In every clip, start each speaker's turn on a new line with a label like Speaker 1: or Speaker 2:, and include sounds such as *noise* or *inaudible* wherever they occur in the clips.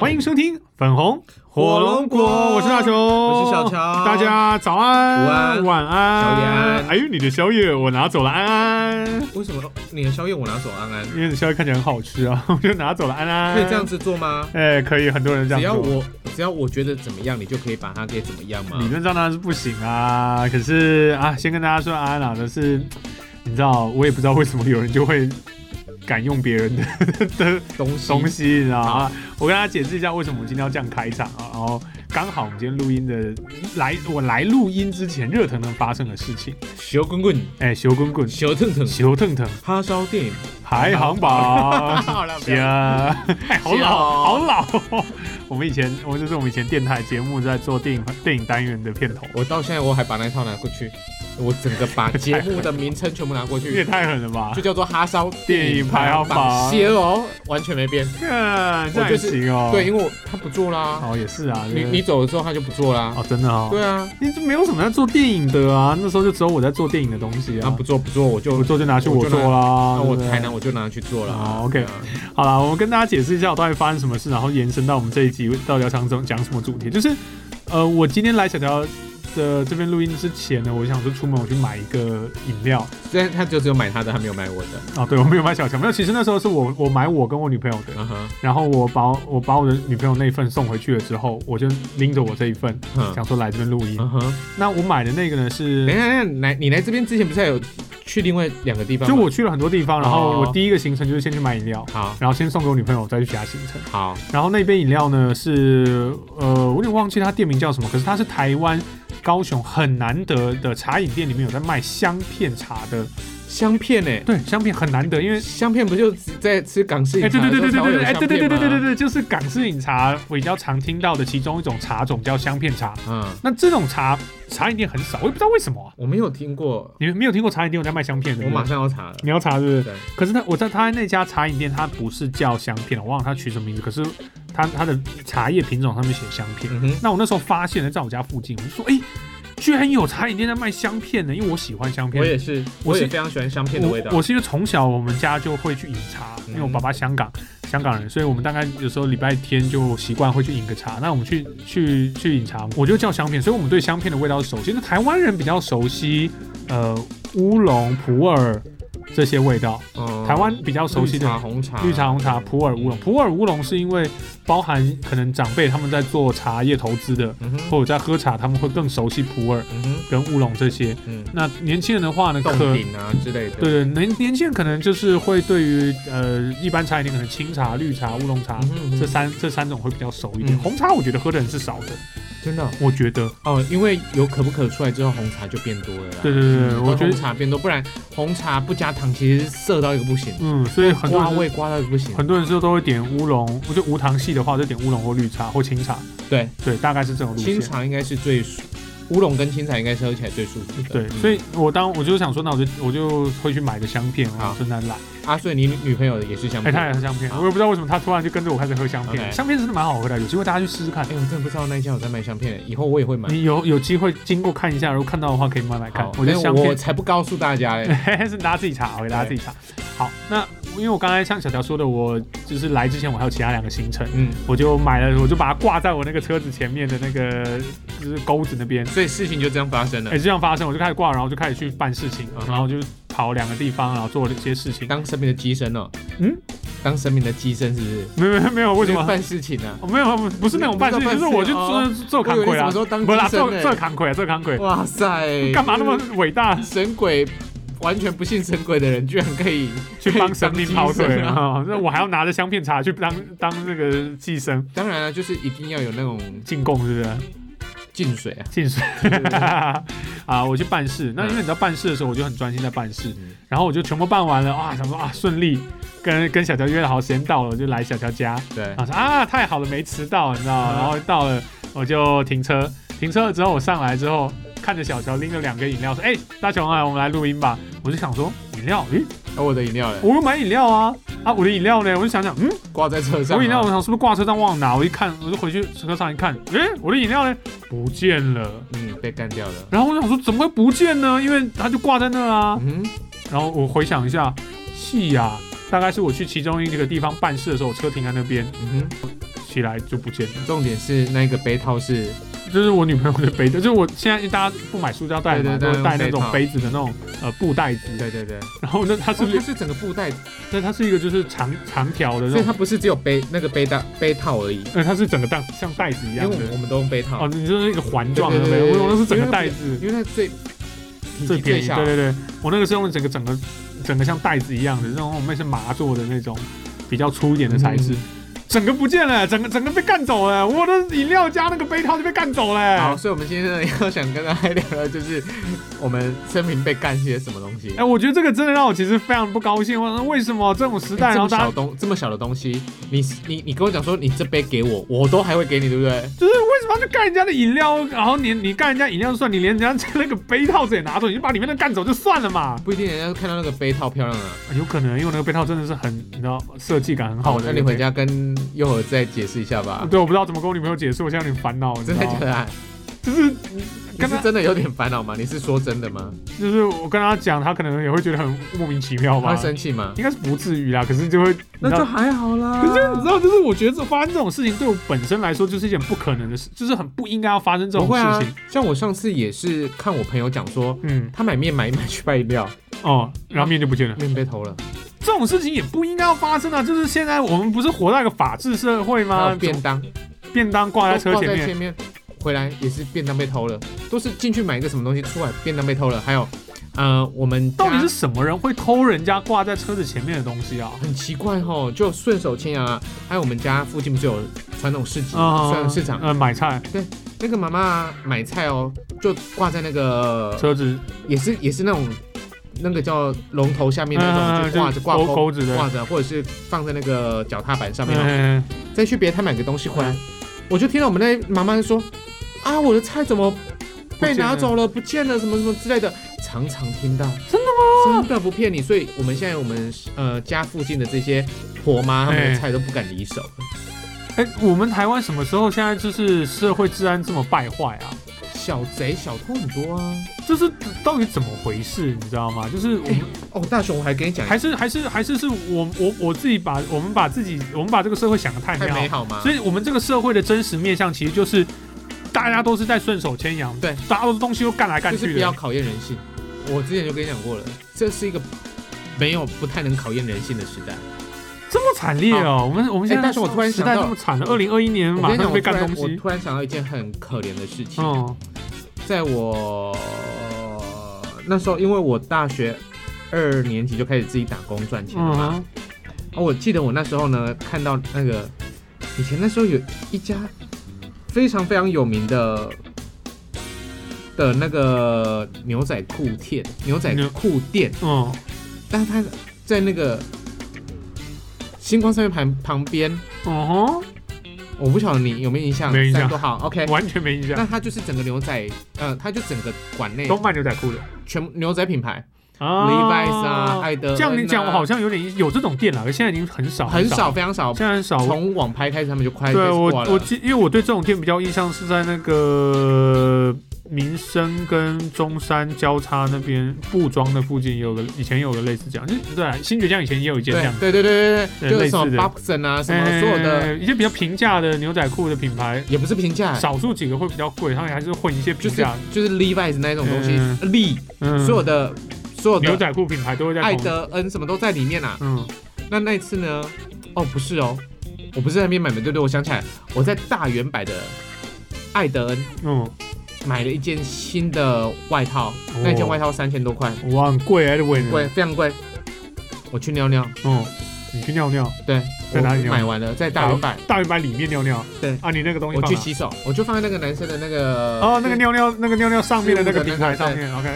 Speaker 1: 欢迎收听粉红
Speaker 2: 火龙果
Speaker 1: 我是大雄，
Speaker 2: 我是小乔
Speaker 1: 大家早安、
Speaker 2: 午安
Speaker 1: 晚安、
Speaker 2: 宵夜安
Speaker 1: 哎呦，你的宵夜我拿走了，安安，
Speaker 2: 为什么你的宵夜我拿走安安？
Speaker 1: 因为你的宵夜看起来很好吃啊， *laughs* 我就拿走了，安安。
Speaker 2: 可以这样，子做吗？
Speaker 1: 哎、可以，很多人这
Speaker 2: 只要
Speaker 1: 样做。
Speaker 2: 我只要我觉得怎么样，你就可以把它给怎么样吗
Speaker 1: 理？论上当然是不行啊，可是啊，先跟大家说，安安拿的是，你知道，我也不知道为什么有人就会敢用别人的的
Speaker 2: 东西
Speaker 1: 东西，你知道吗？我跟大家解释一下为什么我们今天要这样开场啊。然后刚好我们今天录音的来，我来录音之前热腾腾发生的事情，
Speaker 2: 小滚滚、
Speaker 1: 哎，球滚滚，
Speaker 2: 小腾腾、
Speaker 1: 球腾腾，
Speaker 2: 哈烧电影，
Speaker 1: 排行榜
Speaker 2: 好了 *laughs* 不要
Speaker 1: 呀，哎好
Speaker 2: 谢
Speaker 1: 老，
Speaker 2: 哦
Speaker 1: 好老 *laughs* 哦。我们以前，我们就是我们以前电台节目在做电影电影单元的片头，
Speaker 2: 我到现在我还把那套拿过去，我整个把节目的名称全部拿过
Speaker 1: 你也
Speaker 2: 去，
Speaker 1: 太狠了吧
Speaker 2: 就！叫做哈烧
Speaker 1: 电影排行榜
Speaker 2: 谢哦，完全没变。
Speaker 1: 看， *laughs* 这样
Speaker 2: 我就
Speaker 1: 也
Speaker 2: 是
Speaker 1: 行哦。
Speaker 2: 对，，因为我他不做啦，
Speaker 1: 哦也是啊，
Speaker 2: 你
Speaker 1: 对
Speaker 2: 你走了之后他就不做啦。
Speaker 1: 哦真的哦，
Speaker 2: 对啊，
Speaker 1: 你这没有什么在做电影的啊，那时候就只有我在做电影的东西
Speaker 2: 那
Speaker 1: 啊，
Speaker 2: 不做不做我就
Speaker 1: 不做就拿去我做啦。
Speaker 2: 那我
Speaker 1: 对不对
Speaker 2: 台南我就拿去做了啊。
Speaker 1: 哦，OK
Speaker 2: 对啊
Speaker 1: 好啦，我们跟大家解释一下我到底发生什么事，然后延伸到我们这一集到底要想怎么讲什么主题。就是，呃，我今天来小乔的呃这边录音之前呢，我想说出门我去买一个饮料
Speaker 2: 虽然他就只有买他的，他没有买我的。
Speaker 1: 啊，对我没有买小乔，没有，其实那时候是我我买我跟我女朋友的，
Speaker 2: 啊哈，
Speaker 1: 然后我把我把我的女朋友那一份送回去了之后，我就拎着我这一份
Speaker 2: 嗯
Speaker 1: 想说来这边录音。
Speaker 2: 啊哈。
Speaker 1: 那我买的那个呢
Speaker 2: 等一
Speaker 1: 是。
Speaker 2: 下，等一下，来，你来这边之前不是还有去另外两个地方
Speaker 1: 就
Speaker 2: 吗？
Speaker 1: 我去了很多地方，然后
Speaker 2: 哦
Speaker 1: 我第一个行程就是先去买饮料，
Speaker 2: 好
Speaker 1: 然后先送给我女朋友，再去其他行程。
Speaker 2: 好
Speaker 1: 然后那杯饮料呢是呃，我有点忘记它店名叫什么，可是它是台湾高雄很难得的茶饮店里面有在卖香片茶的，
Speaker 2: 香片呢、欸？
Speaker 1: 对，香片很难得，因为。
Speaker 2: 香片不就只在吃港式
Speaker 1: 哎，
Speaker 2: 饮
Speaker 1: 对
Speaker 2: 茶
Speaker 1: 对
Speaker 2: 的时
Speaker 1: 对
Speaker 2: 候
Speaker 1: 对对对
Speaker 2: 才会有
Speaker 1: 对，哎，
Speaker 2: 香
Speaker 1: 对对对
Speaker 2: 片吗？
Speaker 1: 对对对对，就是港式饮茶比较常听到的其中一种茶种叫香片茶。
Speaker 2: 嗯，
Speaker 1: 那这种茶茶饮店很少，我也不知道为什么啊、
Speaker 2: 我没有听过，
Speaker 1: 你们没有听过茶饮店有在卖香片的？
Speaker 2: 我马上要查了。
Speaker 1: 你要查是不是？
Speaker 2: 对，
Speaker 1: 可是他，我在他那家茶饮店，它不是叫香片，我忘了它取什么名字。可是它它的茶叶品种上面写香片。
Speaker 2: 嗯哼，
Speaker 1: 那我那时候发现了，在我家附近，我就说，哎、居然有茶饮店在卖香片呢，因为我喜欢香片。
Speaker 2: 我也是，
Speaker 1: 我
Speaker 2: 我
Speaker 1: 是
Speaker 2: 也非常喜欢香片的味道嗯
Speaker 1: 我。我是因为从小我们家就会去饮茶，因为我爸爸香港香港人，所以我们大概有时候礼拜天就习惯会去饮个茶。那我们去去去饮茶，我就叫香片，所以我们对香片的味道是熟悉。那台湾人比较熟悉，呃，乌龙、普洱这些味道，
Speaker 2: 嗯
Speaker 1: 台湾比较熟悉
Speaker 2: 绿
Speaker 1: 的
Speaker 2: 茶、红茶、
Speaker 1: 绿茶、红茶、普洱乌龙。普洱乌龙是因为包含可能长辈他们在做茶叶投资的，
Speaker 2: 嗯哼，
Speaker 1: 或者在喝茶，他们会更熟悉普洱
Speaker 2: 嗯哼，
Speaker 1: 跟乌龙这些。
Speaker 2: 嗯，
Speaker 1: 那年轻人的话呢，可
Speaker 2: 冻顶啊之类的。
Speaker 1: 对对，年年轻人可能就是会对于呃一般茶饮店可能清茶、绿茶、乌龙茶
Speaker 2: 嗯。哼，嗯哼
Speaker 1: 这三这三种会比较熟一点，
Speaker 2: 嗯
Speaker 1: 红茶我觉得喝的人是少的，
Speaker 2: 真的哦
Speaker 1: 我觉得
Speaker 2: 哦，因为有可不可出来之后，红茶就变多了啦。
Speaker 1: 对对对对
Speaker 2: 嗯
Speaker 1: 我觉得
Speaker 2: 红茶变多，不然红茶不加糖其实涩到一个不行，
Speaker 1: 嗯，所以很多
Speaker 2: 刮
Speaker 1: 人
Speaker 2: 味刮到一个不行。
Speaker 1: 很多人说都会点乌龙，就无糖系的话就点乌龙或绿茶或清茶，
Speaker 2: 对，
Speaker 1: 对，大概是这种路
Speaker 2: 清
Speaker 1: 线。
Speaker 2: 茶应该是最舒，乌龙跟清茶应该是喝起来最舒服的。
Speaker 1: 对，
Speaker 2: 嗯
Speaker 1: 所以我当我就想说，那我就我就会去买个香片，然后
Speaker 2: 好
Speaker 1: 顺带来。
Speaker 2: 啊，所以你女朋友也是香
Speaker 1: 哎，
Speaker 2: 片。
Speaker 1: 他也喝香片，
Speaker 2: 好
Speaker 1: 我也不知道为什么他突然就跟着我开始喝香片。
Speaker 2: OK
Speaker 1: 香片真的蛮好喝的，有机会大家去试试看
Speaker 2: 哎。我真的不知道那一家有在卖香片，以后我也会买。
Speaker 1: 你有有机会经过看一下，如果看到的话可以买买看
Speaker 2: 好。
Speaker 1: 我觉
Speaker 2: 但
Speaker 1: 得香
Speaker 2: 我
Speaker 1: 片哎
Speaker 2: 才不告诉大家嘞。
Speaker 1: *laughs* 是大家自己查，我给大家自己查。好，那因为我刚才像小乔说的，我就是来之前我还有其他两个行程，
Speaker 2: 嗯，
Speaker 1: 我就买了，我就把它挂在我那个车子前面的那个就是钩子那边。
Speaker 2: 所以事情就这样发生了
Speaker 1: 哎，。就这样发生，我就开始挂，然后就开始去办事情，
Speaker 2: 嗯
Speaker 1: 然后就跑两个地方，然后做了一些事情。
Speaker 2: 当神明的机身哦，
Speaker 1: 嗯，
Speaker 2: 当神明的机身是不是？
Speaker 1: 没有没有没有，为什么
Speaker 2: 就？办事情啊？
Speaker 1: 哦没有，不不是那种办事，
Speaker 2: 你
Speaker 1: 情，
Speaker 2: 不
Speaker 1: 就是是
Speaker 2: 办事
Speaker 1: 我去
Speaker 2: 哦
Speaker 1: 做做
Speaker 2: 我
Speaker 1: 扛
Speaker 2: 以为
Speaker 1: 鬼
Speaker 2: 你什
Speaker 1: 啊
Speaker 2: 么时，候当
Speaker 1: 不啦，
Speaker 2: 机
Speaker 1: 做
Speaker 2: 身呢
Speaker 1: 做扛鬼啊，做扛鬼，
Speaker 2: *laughs* 哇塞，
Speaker 1: 干嘛那么伟大
Speaker 2: 神鬼完全不信神鬼的人，居然可以
Speaker 1: 去帮神明跑 *laughs*
Speaker 2: 当机
Speaker 1: 腿
Speaker 2: 神啊！
Speaker 1: 啊？那我还要拿着香片茶去当当那个寄生
Speaker 2: 当然了，啊就是一定要有那种
Speaker 1: 进贡，是不是？
Speaker 2: 进水啊。
Speaker 1: 进水 *laughs* 啊！我去办事，那因为你知道办事的时候，我就很专心在办事，
Speaker 2: 嗯
Speaker 1: 然后我就全部办完了啊，想说啊顺利，跟跟小乔约了好时间到了，我就来小乔家，
Speaker 2: 对
Speaker 1: 然，后说啊太好了没迟到，你知道吗？
Speaker 2: 嗯
Speaker 1: 然后到了我就停车，停车了之后我上来之后看着小乔拎了两个饮料说，哎、大雄啊，我们来录音吧。我就想说饮料，咦，
Speaker 2: 而啊我的饮料嘞，
Speaker 1: 我又买饮料啊啊我的饮料呢？我就想想，嗯，
Speaker 2: 挂在车上啊。
Speaker 1: 我饮料我想是不是挂车上忘了拿？我一看我就回去车上一看，哎、我的饮料呢不见了。
Speaker 2: 嗯，被干掉了。
Speaker 1: 然后我想说怎么会不见呢？因为它就挂在那啊。
Speaker 2: 嗯，
Speaker 1: 然后我回想一啊下，是呀、大概是我去其中一个地方办事的时候，我车停在那边，
Speaker 2: 嗯哼，
Speaker 1: 起来就不见了。
Speaker 2: 重点是那个杯套是
Speaker 1: 就是我女朋友的杯子，就是我现在大家不买塑胶袋嘛，
Speaker 2: 对对对
Speaker 1: 都带那
Speaker 2: 用
Speaker 1: 种
Speaker 2: 杯套
Speaker 1: 杯子的那种呃布袋子。
Speaker 2: 对对对，
Speaker 1: 然后呢，它是
Speaker 2: 哦它是整个布袋，
Speaker 1: 那它是一个就是长长条的
Speaker 2: 所
Speaker 1: 那
Speaker 2: 以它
Speaker 1: 种，
Speaker 2: 不是只有杯那个杯带杯套而已，
Speaker 1: 呃，它是整个袋像袋子一
Speaker 2: 因为
Speaker 1: 样
Speaker 2: 我
Speaker 1: 的
Speaker 2: 们我。们都用杯套
Speaker 1: 哦，，你就是一个环状的
Speaker 2: 对
Speaker 1: 没
Speaker 2: 对对
Speaker 1: 有？
Speaker 2: 对
Speaker 1: 我那是整
Speaker 2: 因
Speaker 1: 个
Speaker 2: 为
Speaker 1: 袋子
Speaker 2: 因为它最体
Speaker 1: 最便
Speaker 2: 积最
Speaker 1: 宜。
Speaker 2: 小，
Speaker 1: 对对对，我那个是用整个整个整个像袋子一样的那种，我们是麻做的那种比较粗一点的材质。
Speaker 2: 嗯
Speaker 1: 整个不见了，整个整个被干走了，我的饮料加那个杯套就被干走
Speaker 2: 好，
Speaker 1: 了。
Speaker 2: 所以我们今天呢要想跟大家聊聊，就是我们生平被干些什么东西。
Speaker 1: 哎、我觉得这个真的让我其实非常不高兴。我说为什么这种时代，
Speaker 2: 哎
Speaker 1: 然
Speaker 2: 这
Speaker 1: 后
Speaker 2: 么
Speaker 1: 大
Speaker 2: 小
Speaker 1: 家
Speaker 2: 东这么小的东西，你你你跟我讲说你这杯给我，我都还会给你，对不对？
Speaker 1: 就是为什么要去干人家的饮料？然后你你干人家饮料就算，你连人家那个杯套子也拿走，你就把里面的干走就算了嘛。
Speaker 2: 不一定人家看到那个杯套漂亮啊。
Speaker 1: 有可能因为那个杯套真的是很，你知道设计感很好的。
Speaker 2: 哦那你回家跟佑儿再解释一下吧。
Speaker 1: 对，我不知道怎么跟我女朋友解释，我现在有点烦恼，你知
Speaker 2: 真
Speaker 1: 道
Speaker 2: 的假
Speaker 1: 吗？
Speaker 2: 的、啊？
Speaker 1: 就是
Speaker 2: 你
Speaker 1: 跟
Speaker 2: 是
Speaker 1: 她，
Speaker 2: 真的有点烦恼吗？你是说真的吗？
Speaker 1: 就是我跟她讲，她可能也会觉得很莫名其妙
Speaker 2: 他
Speaker 1: 吧
Speaker 2: 会。生气吗？
Speaker 1: 应该是不至于啦，可是就会，你知道
Speaker 2: 还好啊啦
Speaker 1: 可是你知道，就是我觉得这发生这种事情对我本身来说就是一件不可能的事，就是很不应该要发生这
Speaker 2: 不
Speaker 1: 种
Speaker 2: 会啊
Speaker 1: 事情。。
Speaker 2: 像我上次也是看我朋友讲说，
Speaker 1: 嗯，
Speaker 2: 他买面买一买去卖饮料，
Speaker 1: 哦，然后面就不见了。
Speaker 2: 面被偷了，
Speaker 1: 这种事情也不应该要发生啊！就是现在我们不是活在一个法治社会
Speaker 2: 还
Speaker 1: 吗？
Speaker 2: 有便当
Speaker 1: 便当挂在车
Speaker 2: 都挂
Speaker 1: 前
Speaker 2: 在
Speaker 1: 面，
Speaker 2: 前面，回来也是便当被偷了，都是进去买一个什么东西，出来便当被偷了。还有，呃，我们
Speaker 1: 到底
Speaker 2: 家
Speaker 1: 是什么人会偷人家挂在车子前面的东西啊？
Speaker 2: 很奇怪哦，就顺手牵羊啊。还有我们家附近不是有传统市集、
Speaker 1: 啊，
Speaker 2: 传统市场，
Speaker 1: 呃，买菜
Speaker 2: 那个妈妈买菜哦，就挂在那个
Speaker 1: 车子，
Speaker 2: 也是也是那种那个叫龙头下面那种，
Speaker 1: 嗯，
Speaker 2: 就挂着挂
Speaker 1: 钩
Speaker 2: 钩
Speaker 1: 钩子的，
Speaker 2: 挂着，或者是放在那个脚踏板上面哦。
Speaker 1: 嗯，
Speaker 2: 再去别摊买个东西回来，我就听到我们那妈妈说：“啊，我的菜怎么被拿走了，不见了，什么什么之类的。”常常听到，
Speaker 1: 真
Speaker 2: 的吗？真的不骗你，所以我们现在我们呃家附近的这些婆妈，她们
Speaker 1: 哎
Speaker 2: 的菜都不敢离手。
Speaker 1: 哎，我们台湾什么时候现在就是社会治安这么败坏啊？
Speaker 2: 小贼小偷很多啊！
Speaker 1: 就是到底怎么回事，你知道吗？就是我们
Speaker 2: 哦，大雄，我还跟你讲，
Speaker 1: 还是还是还是是我我我自己把我们把自己我们把这个社会想的太
Speaker 2: 太
Speaker 1: 美好
Speaker 2: 美，好吗？
Speaker 1: 所以我们这个社会的真实面向，其实就是大家都是在顺手牵羊，
Speaker 2: 对，
Speaker 1: 大家都东西都干来干
Speaker 2: 就是
Speaker 1: 去
Speaker 2: 不要
Speaker 1: 的。
Speaker 2: 考验人性。我之前就跟你讲过了，这是一个没有不太能考验人性的时代。
Speaker 1: 这么惨烈哦！我们我们现在，
Speaker 2: 哎但是我突然
Speaker 1: 时
Speaker 2: 想
Speaker 1: 代
Speaker 2: 到
Speaker 1: 这么惨了，二零二一年
Speaker 2: 我
Speaker 1: 马
Speaker 2: 跟你
Speaker 1: 上
Speaker 2: 讲，
Speaker 1: 被
Speaker 2: 我
Speaker 1: 干东
Speaker 2: 突然我
Speaker 1: 西。
Speaker 2: 突然想到一件很可怜的事情，
Speaker 1: 嗯
Speaker 2: 在我呃那时候，因为我大学二年级就开始自己打工赚钱了嘛。
Speaker 1: 嗯，
Speaker 2: 哦，我记得我那时候呢，看到那个以前那时候有一家非常非常有名的。的那个牛仔裤店，牛仔
Speaker 1: 牛
Speaker 2: 裤店，
Speaker 1: 嗯，
Speaker 2: 但是他在那个星光三月旁旁边，
Speaker 1: 嗯哼，
Speaker 2: 我不晓得你有没有印象，
Speaker 1: 没印象
Speaker 2: 三多好，OK。
Speaker 1: 完全没印象
Speaker 2: 那，它就是整个牛仔，呃，它就整个馆内
Speaker 1: 都卖牛仔裤的
Speaker 2: 全部牛仔品牌、
Speaker 1: 啊
Speaker 2: l e v i s 啊、艾德、
Speaker 1: 这样你讲，我好。像有点印有这种店了，可现在已经很少，
Speaker 2: 很
Speaker 1: 少
Speaker 2: 少，，非常少。
Speaker 1: 现在很少。
Speaker 2: 从网拍开始，他们就快开
Speaker 1: 对啊
Speaker 2: 始
Speaker 1: 我
Speaker 2: 挂了。
Speaker 1: 我记，因为我对这种店比较印象是在那个民生跟中山交叉那边布庄的附近也有个，以前也有个类似这样，就是对啊、新觉江以前也有一间
Speaker 2: 对
Speaker 1: 这样。
Speaker 2: 对对对对
Speaker 1: 对
Speaker 2: 对，就是
Speaker 1: 类似
Speaker 2: 什么
Speaker 1: 的
Speaker 2: Boxon 啊，什么所有的，
Speaker 1: 呃一些比较平价的牛仔裤的品牌，
Speaker 2: 也不是平价，
Speaker 1: 少数几个会比较贵，他们还是混一些
Speaker 2: 就
Speaker 1: 平
Speaker 2: 是
Speaker 1: 价。
Speaker 2: 就是 Levi's 那一种东西
Speaker 1: 嗯
Speaker 2: ，Lee
Speaker 1: 嗯，
Speaker 2: 所有的所有
Speaker 1: 牛
Speaker 2: 的
Speaker 1: 仔裤品牌都会在
Speaker 2: 艾
Speaker 1: 同
Speaker 2: 德恩什么都在里面啊。
Speaker 1: 嗯
Speaker 2: 那那一次呢？哦，不是哦，我不是在那边买的，对对，我想起来，我在大原百的艾德恩
Speaker 1: 嗯，
Speaker 2: 买了一件新的外套，那件外套三千多块，
Speaker 1: 哇，很贵哎，这味
Speaker 2: 贵，
Speaker 1: 呢。
Speaker 2: 非常贵。我去尿尿，
Speaker 1: 嗯，你去尿尿，
Speaker 2: 对，
Speaker 1: 在哪里
Speaker 2: 我
Speaker 1: 尿
Speaker 2: 买完了，在大原百，
Speaker 1: 大圆板里面尿尿。
Speaker 2: 对
Speaker 1: 啊，你那个东西
Speaker 2: 我
Speaker 1: 放
Speaker 2: 去
Speaker 1: 哪？
Speaker 2: 洗手，我就放在那个男生的那个
Speaker 1: 哦，那个，尿尿，那个尿尿上面的那个
Speaker 2: 是
Speaker 1: 平
Speaker 2: 那个
Speaker 1: 台
Speaker 2: 对
Speaker 1: 上面，OK，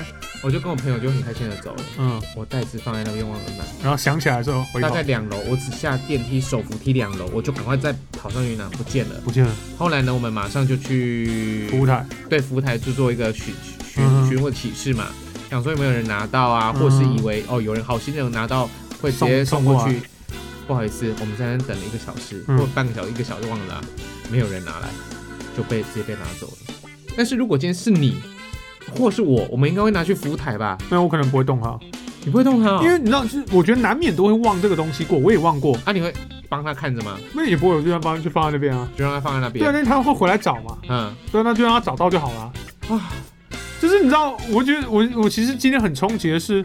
Speaker 2: 我就跟我朋友就很开心的走了，
Speaker 1: 嗯，
Speaker 2: 我袋子放在那边忘了拿。
Speaker 1: 然后想起来的时候回
Speaker 2: 大
Speaker 1: 头
Speaker 2: 概两楼，我只下电梯手扶梯两楼，我就赶快再跑上去拿，不见了。
Speaker 1: 不见了，
Speaker 2: 后来呢，我们马上就去
Speaker 1: 服务台，
Speaker 2: 对服务台去做一个询
Speaker 1: 嗯
Speaker 2: 询询问启事嘛，想说有没有人拿到啊，
Speaker 1: 嗯
Speaker 2: 或是以为哦有人好心人拿到会直接
Speaker 1: 送
Speaker 2: 送过
Speaker 1: 送啊
Speaker 2: 去。不好意思，我们在那等了一个小时、
Speaker 1: 嗯
Speaker 2: 或半个小时、一个小时忘了拿，没有人拿来，就被直接被拿走了。但是如果今天是你或是我，我们应该会拿去服务台吧？
Speaker 1: 那我可能不会动它，
Speaker 2: 你不会动它、哦，
Speaker 1: 因为你知道，就是我觉得难免都会忘这个东西过，我也忘过，
Speaker 2: 啊你会帮他看着吗？
Speaker 1: 那也不会有地方帮就放在那边啊。
Speaker 2: 就让他放在那
Speaker 1: 对啊，
Speaker 2: 边。
Speaker 1: 那他会回来找嘛？
Speaker 2: 嗯，
Speaker 1: 对啊，那就让他找到就好了。
Speaker 2: 啊，
Speaker 1: 就是你知道，我觉得我我其实今天很冲击的是，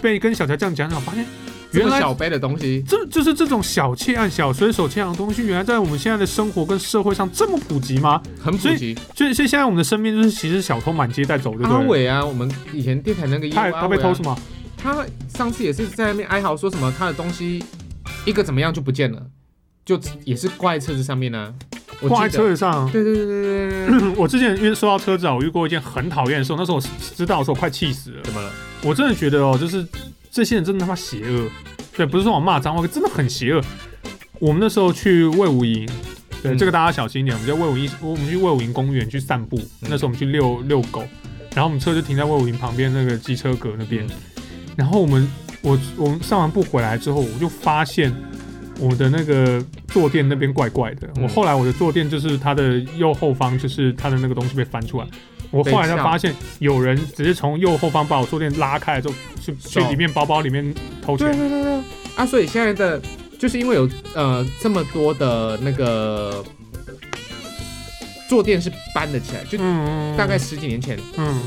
Speaker 1: 被跟小乔这样讲讲，发现
Speaker 2: 这
Speaker 1: 原
Speaker 2: 么
Speaker 1: 来
Speaker 2: 小杯的东西，
Speaker 1: 这就是这种小窃案、小随手牵羊的东西，原来在我们现在的生活跟社会上这么普及吗？
Speaker 2: 很普
Speaker 1: 所以
Speaker 2: 及。
Speaker 1: 所以，所以现在我们的身边就是其实小偷满街在走，对不
Speaker 2: 阿
Speaker 1: 对？
Speaker 2: 伟啊，我们以前电台那个业务
Speaker 1: 他
Speaker 2: 阿
Speaker 1: 他被
Speaker 2: 伟啊
Speaker 1: 偷什么？
Speaker 2: 他上次也是在那边哀嚎说什么他的东西一个怎么样就不见了，就也是挂在车子上面呢、我
Speaker 1: 挂在
Speaker 2: 记得
Speaker 1: 车子
Speaker 2: *laughs*
Speaker 1: 上。
Speaker 2: 对对对对对对对，
Speaker 1: 我之前因为说到车子啊，我遇过一件很讨厌的事，那时候我知道的时候我快气死了。
Speaker 2: 怎么了？
Speaker 1: 我真的觉得哦，就是这些人真的他妈邪恶，对，不是说我骂脏话，真的很邪恶。我们那时候去魏武营，对、
Speaker 2: 嗯
Speaker 1: 这个大家小心一点。我们在魏武营，我们去魏武营公园去散步，
Speaker 2: 嗯
Speaker 1: 那时候我们去遛遛狗，然后我们车就停在魏武营旁边那个机车格那边，
Speaker 2: 嗯
Speaker 1: 然后我们我我们上完步回来之后，我就发现。我的那个坐垫那边怪怪的，
Speaker 2: 嗯
Speaker 1: 我后来我的坐垫就是它的右后方，就是它的那个东西被翻出来，我后来才发现有人只是从右后方把我坐垫拉开了之后，去去
Speaker 2: 走
Speaker 1: 里面包包里面偷
Speaker 2: 对
Speaker 1: 钱。
Speaker 2: 对对对啊！所以现在的就是因为有呃这么多的那个坐垫是搬得起来，就
Speaker 1: 嗯，
Speaker 2: 大概十几年前，
Speaker 1: 嗯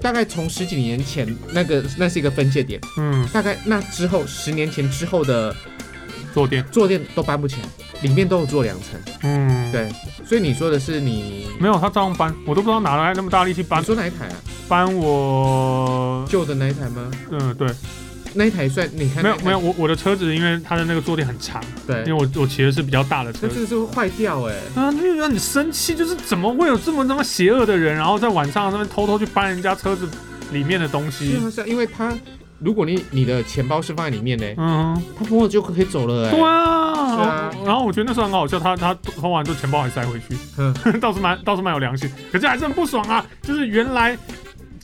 Speaker 2: 大概从十几年前那个那是一个分界点，
Speaker 1: 嗯
Speaker 2: 大概那之后十年前之后的
Speaker 1: 坐垫，
Speaker 2: 坐垫都搬不起来，里面都有做两层。
Speaker 1: 嗯，
Speaker 2: 对所以你说的是你，
Speaker 1: 没有他照样搬，我都不知道哪来那么大力气搬
Speaker 2: 你说哪一台啊？
Speaker 1: 搬我，
Speaker 2: 旧的那一台吗？
Speaker 1: 嗯对，
Speaker 2: 那一台算你看
Speaker 1: 没有
Speaker 2: 那一台
Speaker 1: 没有我我的车子因为它的那个坐垫很长，因为
Speaker 2: 对，
Speaker 1: 我我骑的是比较大的车
Speaker 2: 那。真的是会坏掉哎、
Speaker 1: 啊，就让你生气，就是怎么会有这么那么邪恶的人，然后在晚上那边偷偷去搬人家车子里面的东
Speaker 2: 是
Speaker 1: 西？
Speaker 2: 啊是啊，因为它如果你你的钱包是放在里面呢、
Speaker 1: 嗯，
Speaker 2: 它摸了就可以走了哎、
Speaker 1: 对啊，
Speaker 2: 是啊
Speaker 1: 然后我觉得那时候很好笑，他他偷完之后钱包还塞回去，
Speaker 2: 嗯
Speaker 1: *laughs* 倒是蛮倒是蛮有良心，可是还是很不爽啊！就是原来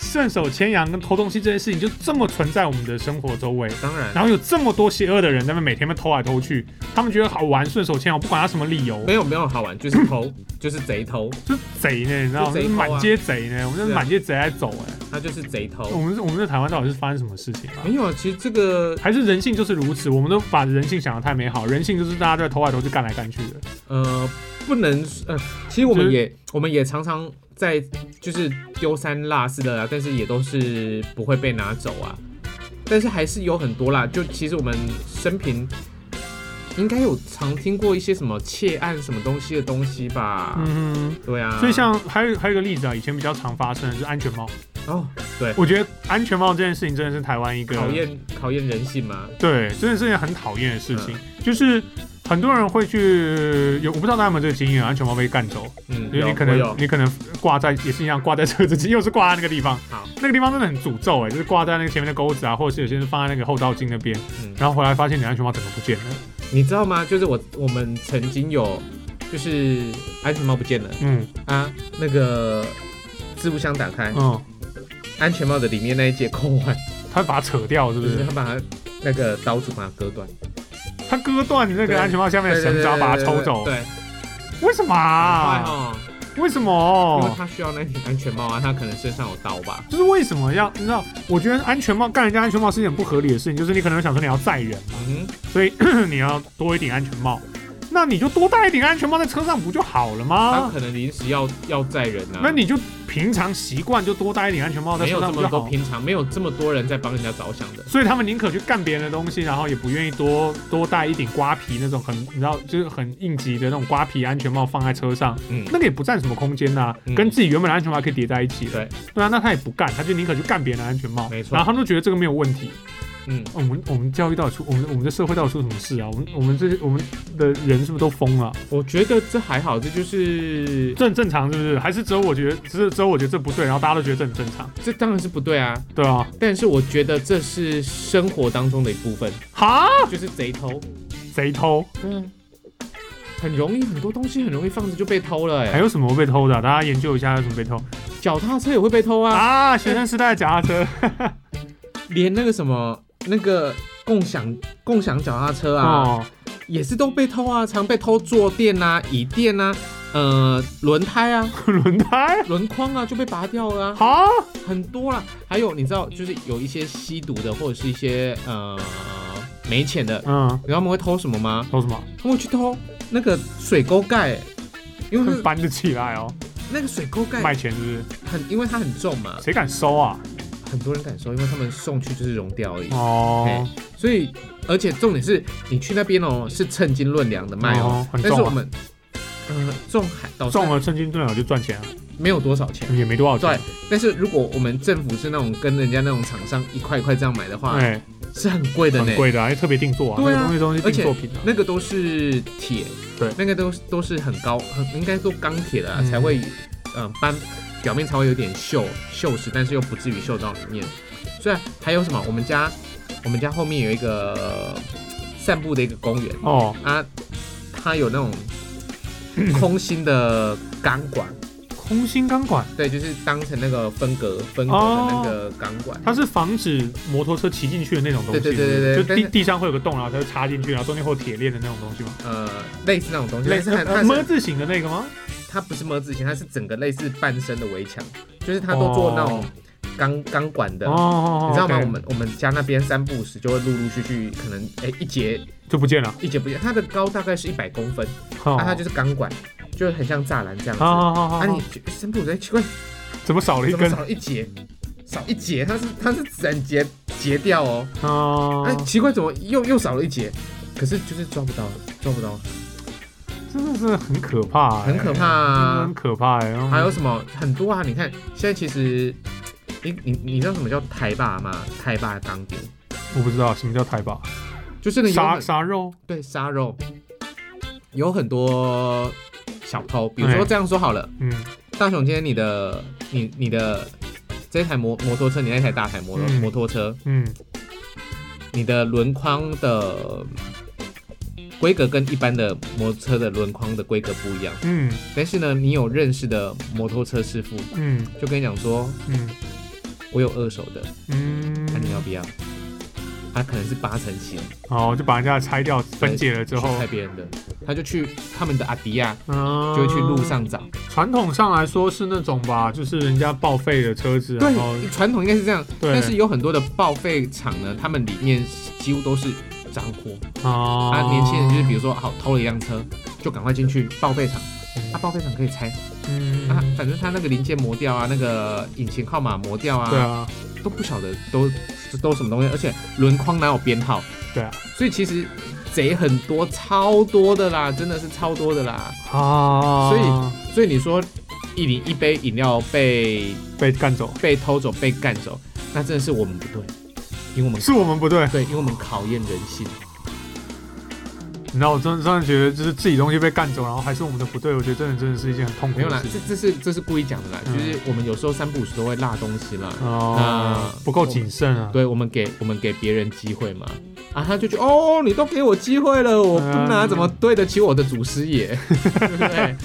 Speaker 1: 顺手牵羊跟偷东西这件事情就这么存在我们的生活周围，
Speaker 2: 当然
Speaker 1: 然后有这么多邪恶的人在那边每天被偷来偷去，他们觉得好玩，顺手牵羊，不管他什么理由，
Speaker 2: 没有没有好玩，就是偷，就是贼偷，
Speaker 1: 就是贼呢，你知道吗？
Speaker 2: 就
Speaker 1: 就
Speaker 2: 贼
Speaker 1: 是
Speaker 2: 偷啊
Speaker 1: 满街贼呢，我们
Speaker 2: 是
Speaker 1: 这
Speaker 2: 啊
Speaker 1: 满街贼在走哎、
Speaker 2: 它就是贼
Speaker 1: 我
Speaker 2: 偷。
Speaker 1: 们我们在台湾到底是发生什么事情啊？
Speaker 2: 没有啊，其实这个
Speaker 1: 还是人性就是如此，我们都把人性想得太美好，人性就是大家都在偷来偷去、干来干去的。
Speaker 2: 呃不能呃，其实我
Speaker 1: 就
Speaker 2: 们
Speaker 1: 是
Speaker 2: 也我们也常常在就是丢三落四的啦，但是也都是不会被拿走啊。但是还是有很多啦，就其实我们生平应该有常听过一些什么窃案什么东西的东西吧？
Speaker 1: 嗯哼。
Speaker 2: 对啊。
Speaker 1: 所以像还有还有一个例子啊，以前比较常发生的就是安全帽。
Speaker 2: 哦，
Speaker 1: 我觉得安全帽这件事情真的是台湾一个
Speaker 2: 考验考验人性嘛，
Speaker 1: 对，真的是一件很讨厌的事情，
Speaker 2: 嗯
Speaker 1: 就是。很多人会去有，我不知道大家有没有这个经验，安全帽被干走，
Speaker 2: 嗯，
Speaker 1: 因为
Speaker 2: 有
Speaker 1: 你可
Speaker 2: 我
Speaker 1: 能
Speaker 2: 有
Speaker 1: 你可能挂在也是一样挂在车子前，又是挂在那个地方，
Speaker 2: 好，
Speaker 1: 那个地方真的很诅咒哎、就是挂在那个前面的钩子啊，或者是有些人放在那个后照镜那边，
Speaker 2: 嗯
Speaker 1: 然后回来发现你的安全帽整个不见了，
Speaker 2: 你知道吗？就是我我们曾经有就是安全帽不见了
Speaker 1: 嗯
Speaker 2: 啊，那个置物箱打开，
Speaker 1: 嗯，
Speaker 2: 安全帽的里面那一节扣环，
Speaker 1: 他把它扯掉是
Speaker 2: 就
Speaker 1: 不
Speaker 2: 是
Speaker 1: 是？
Speaker 2: 他把它那个刀子把它割断，
Speaker 1: 他割断你那
Speaker 2: 对
Speaker 1: 个安全帽下面的绳子，然后把它抽走，
Speaker 2: 对，
Speaker 1: 为什么
Speaker 2: 啊，
Speaker 1: 啊？
Speaker 2: 哦，
Speaker 1: 为什
Speaker 2: 因为
Speaker 1: 么？
Speaker 2: 他需要那顶安全帽啊，他可能身上有刀吧，
Speaker 1: 就是为什么要你知道？我觉得安全帽干人家安全帽是一件不合理的事情，就是你可能想说你要载人嘛，
Speaker 2: 嗯哼，
Speaker 1: 所以 *coughs* 你要多一顶安全帽，那你就多戴一顶安全帽在车上不就好了
Speaker 2: 他
Speaker 1: 吗？
Speaker 2: 可能临时要要载人啊，
Speaker 1: 那你就平常习惯就多戴一顶安全帽在
Speaker 2: 没有
Speaker 1: 车上
Speaker 2: 这
Speaker 1: 不就
Speaker 2: 么多
Speaker 1: 好？
Speaker 2: 平常没有这么多人在帮人家着想的，
Speaker 1: 所以他们宁可去干别人的东西，然后也不愿意多多戴一顶瓜皮那种很你知道就是很应急的那种瓜皮安全帽放在车上，
Speaker 2: 嗯，
Speaker 1: 那个也不占什么空间呐、
Speaker 2: 嗯
Speaker 1: 跟自己原本的安全帽可以叠在一起的。
Speaker 2: 对，
Speaker 1: 对啊，那他也不干，他就宁可去干别人的安全帽。
Speaker 2: 没错
Speaker 1: 然后他们都觉得这个没有问题。哦
Speaker 2: 嗯，
Speaker 1: 我们我们教育到底出我们我们的社会到底出什么事啊？我们我们这些我们的人是不是都疯了？
Speaker 2: 我觉得这还好，这就是
Speaker 1: 这很正常是不是？还是只有我觉得只是只有我觉得这不对，然后大家都觉得这很正常，
Speaker 2: 这当然是不对啊，
Speaker 1: 对啊？
Speaker 2: 但是我觉得这是生活当中的一部分，
Speaker 1: 哈，
Speaker 2: 就是贼偷，
Speaker 1: 贼偷
Speaker 2: 嗯，很容易，很多东西很容易放着就被偷了、欸，
Speaker 1: 还有什么会被偷的啊、大家研究一下还有什么被偷
Speaker 2: 脚踏车也会被偷啊，
Speaker 1: 啊？学生时代的脚踏车
Speaker 2: 连那个什么那个共享共享脚踏车啊，
Speaker 1: 哦，
Speaker 2: 也是都被偷啊，常被偷坐垫啊、椅垫啊、呃轮胎啊、
Speaker 1: 轮胎
Speaker 2: 轮框啊就被拔掉了、啊，
Speaker 1: 好
Speaker 2: 很多啦。还有你知道，就是有一些吸毒的或者是一些呃没钱的，
Speaker 1: 嗯，
Speaker 2: 你知道他们会偷什么吗？
Speaker 1: 偷什么？
Speaker 2: 他们会去偷那个水沟盖，因为那个
Speaker 1: 搬得起来哦，
Speaker 2: 那个水沟盖
Speaker 1: 卖钱是不是？
Speaker 2: 很，因为它很重嘛，
Speaker 1: 谁敢收啊？
Speaker 2: 很多人敢收，因为他们送去就是熔掉而已。
Speaker 1: 哦，
Speaker 2: 所以，而且重点是你去那边哦，是称斤论两的卖哦
Speaker 1: 哦，很
Speaker 2: 但
Speaker 1: 重啊啊
Speaker 2: 是我们，呃，重海岛
Speaker 1: 中
Speaker 2: 上
Speaker 1: 了称斤论两就赚钱啊，
Speaker 2: 没有多少钱。
Speaker 1: 也没多少
Speaker 2: 对
Speaker 1: 钱。，
Speaker 2: 但是如果我们政府是那种跟人家那种厂商一块一块这样买的话，
Speaker 1: 哎，
Speaker 2: 是很贵的呢
Speaker 1: 很。贵的啊，因为特别定做啊，
Speaker 2: 对啊
Speaker 1: 那个东西都是
Speaker 2: 而
Speaker 1: 定
Speaker 2: 且
Speaker 1: 做品啊。
Speaker 2: 那个都是铁，
Speaker 1: 对
Speaker 2: 那个都是都是很高，很应该都钢铁的、啊
Speaker 1: 嗯
Speaker 2: 才会，嗯、斑表面才会有点锈锈蚀，但是又不至于锈到里面。虽然还有什么，我们家我们家后面有一个散步的一个公园
Speaker 1: 哦，
Speaker 2: 啊，它有那
Speaker 1: *clears throat*
Speaker 2: 种空心的钢管，
Speaker 1: 空心钢管，
Speaker 2: 对，就是当成那个分隔分隔的那个钢管。
Speaker 1: 哦它是防止摩托车骑进去的那种东西，
Speaker 2: 对对对对对
Speaker 1: 是不是就
Speaker 2: 但是
Speaker 1: 地地上会有个洞，然啊后它就插进去，然后中间会有铁链的那种东西吗？
Speaker 2: 呃，类似那种东西，
Speaker 1: 类
Speaker 2: 但
Speaker 1: 似
Speaker 2: 是它它
Speaker 1: 呃
Speaker 2: 是
Speaker 1: 么字形的那个吗？
Speaker 2: 它不是么字形，它是整个类似半身的围墙，就是它都做那种钢钢管的。
Speaker 1: 哦哦，哦
Speaker 2: 啊你知道吗？
Speaker 1: OK
Speaker 2: 我们我们家那边三不五时就会陆陆续续，可能哎、一节
Speaker 1: 就不见了。
Speaker 2: 一节不见，它的高大概是一百公分，
Speaker 1: 哦
Speaker 2: 啊它就是钢管，就很像栅栏这样子。
Speaker 1: 好好好好
Speaker 2: 啊
Speaker 1: 好
Speaker 2: 你，觉三不五时哎奇怪，
Speaker 1: 怎么少了一
Speaker 2: 怎么
Speaker 1: 根
Speaker 2: 少？了一节？少一节，它是它是整节截掉哦。
Speaker 1: 哦
Speaker 2: 哎、，奇怪，怎么又又少了一节？可是就是抓不到，抓不到，
Speaker 1: 真的是很可怕欸，
Speaker 2: 很可怕
Speaker 1: 真
Speaker 2: 啊
Speaker 1: 的很可怕欸。然后
Speaker 2: 还有什么很多啊？你看现在其实，你你你知道什么叫台霸吗？台霸钢钉
Speaker 1: 我不知道什么叫太保，
Speaker 2: 就是呢有
Speaker 1: 杀
Speaker 2: 很
Speaker 1: 杀肉，
Speaker 2: 对杀肉，有很多小偷。比如
Speaker 1: 哎
Speaker 2: 说这样说好了，
Speaker 1: 嗯
Speaker 2: 大雄今天你的你你的这台摩摩托车，你那台大台摩托、
Speaker 1: 嗯
Speaker 2: 摩托车，
Speaker 1: 嗯
Speaker 2: 你的轮框的规格跟一般的摩托车的轮框的规格不一样，
Speaker 1: 嗯
Speaker 2: 但是呢，你有认识的摩托车师傅
Speaker 1: 嗯
Speaker 2: 就跟你讲说，
Speaker 1: 嗯
Speaker 2: 我有二手的。那、你
Speaker 1: 嗯，
Speaker 2: 要不要？他可能是八成新，
Speaker 1: 好，就把人家拆掉分解了之
Speaker 2: 去
Speaker 1: 后，
Speaker 2: 拆别人的，他就去他们的阿迪亚，
Speaker 1: 嗯，
Speaker 2: 就会去路。上找。
Speaker 1: 传统上来说是那种吧，就是人家报废的车子，然后
Speaker 2: 对，传统应该是这样，
Speaker 1: 对，
Speaker 2: 但是有很多的报废厂呢，他们里面几乎都是脏货。
Speaker 1: 啊
Speaker 2: 啊，年轻人就是比如说，好偷了一辆车，就赶快进去报废厂。啊，报废厂可以拆
Speaker 1: 嗯，
Speaker 2: 啊，反正他那个零件磨掉啊，那个引擎号码磨掉
Speaker 1: 对
Speaker 2: 啊，
Speaker 1: 啊，
Speaker 2: 都不晓得都都什么东西，而且轮框哪有编号？
Speaker 1: 对啊，
Speaker 2: 所以其实贼很多，超多的啦，真的是超多的啦。
Speaker 1: 啊，
Speaker 2: 所以所以你说一零一杯饮料被
Speaker 1: 被干走，
Speaker 2: 被偷走、被干走，那真的是我们不对，因为我们
Speaker 1: 是我们不对。
Speaker 2: *laughs* 对，因为我们考验人性。
Speaker 1: 你知道，我真的真的觉得，就是自己东西被干走，然后还是我们的不对，我觉得真的真的是一件很痛苦
Speaker 2: 没有
Speaker 1: 的
Speaker 2: 啦
Speaker 1: 事，情。
Speaker 2: 这这是这是故意讲的啦，
Speaker 1: 嗯
Speaker 2: 就是我们有时候三不五时都会落东西啦。
Speaker 1: 哦，
Speaker 2: 那
Speaker 1: 不够谨慎啊。
Speaker 2: 对，我们给我们给别人机会嘛。啊，他就觉得哦，你都给我机会了，我不拿
Speaker 1: 嗯
Speaker 2: 怎么对得起我的祖师爷？ *laughs* 对不对？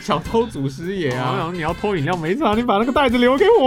Speaker 2: 小偷祖师爷
Speaker 1: 然后
Speaker 2: 啊！
Speaker 1: 想说你要偷饮料没啥，你把那个袋子留给
Speaker 2: 啊，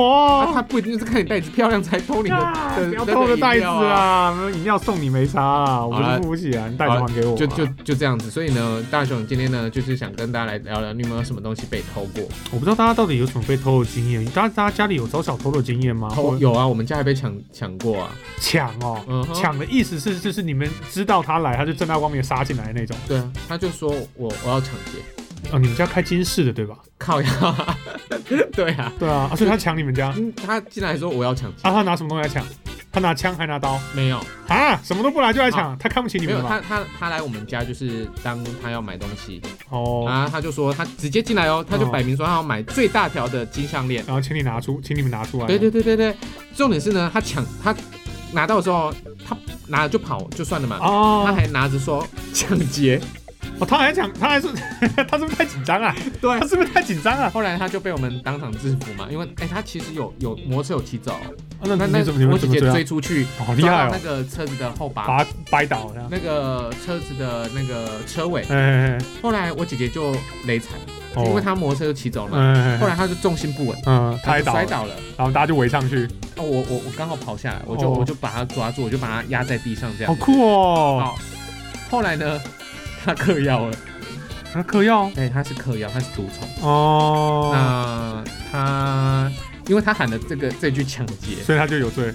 Speaker 2: *laughs*
Speaker 1: 我。
Speaker 2: 他不一定是看你袋子漂亮
Speaker 1: *laughs*
Speaker 2: 才偷你的，
Speaker 1: 啊
Speaker 2: 对
Speaker 1: 不要
Speaker 2: 对
Speaker 1: 偷我的袋子
Speaker 2: 饮料啊！
Speaker 1: 啊！没有饮料送你没差啊，我
Speaker 2: 好啦
Speaker 1: 不是付不起啊，你袋子还给我啊。
Speaker 2: 就就就这样子，所以呢，大雄今天呢，就是想跟大家来聊聊，你有没有什么东西被偷过？
Speaker 1: 我不知道大家到底有什么被偷的经验，大家大家家里有找小偷的经验吗？
Speaker 2: 偷
Speaker 1: 或
Speaker 2: 有啊，我们家还被抢抢过啊，
Speaker 1: 抢哦，
Speaker 2: 嗯哼，
Speaker 1: 抢的意思是就是你们知道他来，他就正大光明的杀进来的那种。
Speaker 2: 对啊，他就说我我要抢劫，
Speaker 1: 哦，你们家开金饰的对吧？
Speaker 2: 靠呀， *laughs* 对啊，
Speaker 1: 对啊，啊所以他抢你们家啊？
Speaker 2: 嗯他进来说我要抢劫，
Speaker 1: 他拿什么东西来抢？他拿枪还拿刀
Speaker 2: 没有
Speaker 1: 啊？什么都不来就来抢？他看不起你
Speaker 2: 没
Speaker 1: 们
Speaker 2: 有，
Speaker 1: 吧
Speaker 2: 他？他他来我们家就是当他要买东西，
Speaker 1: 哦，
Speaker 2: 啊，他就说他直接进来哦，他就
Speaker 1: 哦
Speaker 2: 摆明说他要买最大条的金项链。
Speaker 1: 然后请你拿出，请你们拿出来。
Speaker 2: 对对对对对，重点是呢，他抢他拿到的时候，他拿了就跑就算了嘛，
Speaker 1: 哦，
Speaker 2: 他还拿
Speaker 1: *laughs*
Speaker 2: 着说抢劫，
Speaker 1: 哦，他还讲，他还是 *laughs* 他是不是太紧张啊？
Speaker 2: 对
Speaker 1: 他是不是太紧张啊？
Speaker 2: 后来他就被我们当场制服嘛，因为哎、他其实有有摩托车有骑走，
Speaker 1: 那
Speaker 2: 啊那
Speaker 1: 那
Speaker 2: 那
Speaker 1: 你怎么你
Speaker 2: 我
Speaker 1: 们
Speaker 2: 姐
Speaker 1: 怎么追
Speaker 2: 姐追
Speaker 1: 啊？
Speaker 2: 出去，
Speaker 1: 哦好厉
Speaker 2: 抓
Speaker 1: 害
Speaker 2: 到那
Speaker 1: 哦，
Speaker 2: 个车子的后把，
Speaker 1: 把他掰倒了。
Speaker 2: 那个车子的那个车尾，
Speaker 1: 哎哎哎，
Speaker 2: 后来我姐姐就累惨，
Speaker 1: 哦
Speaker 2: 因为他摩托车就骑走了，
Speaker 1: 嗯，
Speaker 2: 后来他就重心不稳，
Speaker 1: 嗯，
Speaker 2: 她
Speaker 1: 他
Speaker 2: 就
Speaker 1: 倒
Speaker 2: 摔
Speaker 1: 了，
Speaker 2: 倒了。
Speaker 1: 然后大家就围上去，
Speaker 2: 哦，我我我刚好跑下来，我就、
Speaker 1: 哦
Speaker 2: 我就把他抓住，我就把他压在地上这样
Speaker 1: 好
Speaker 2: 子。
Speaker 1: 酷哦！
Speaker 2: 好，后来呢，他嗑药了。
Speaker 1: 那嗑药
Speaker 2: 哎、他是嗑药，他是毒虫。
Speaker 1: 哦，
Speaker 2: 那他，因为他喊的这个这句抢劫，
Speaker 1: 所以他就有罪，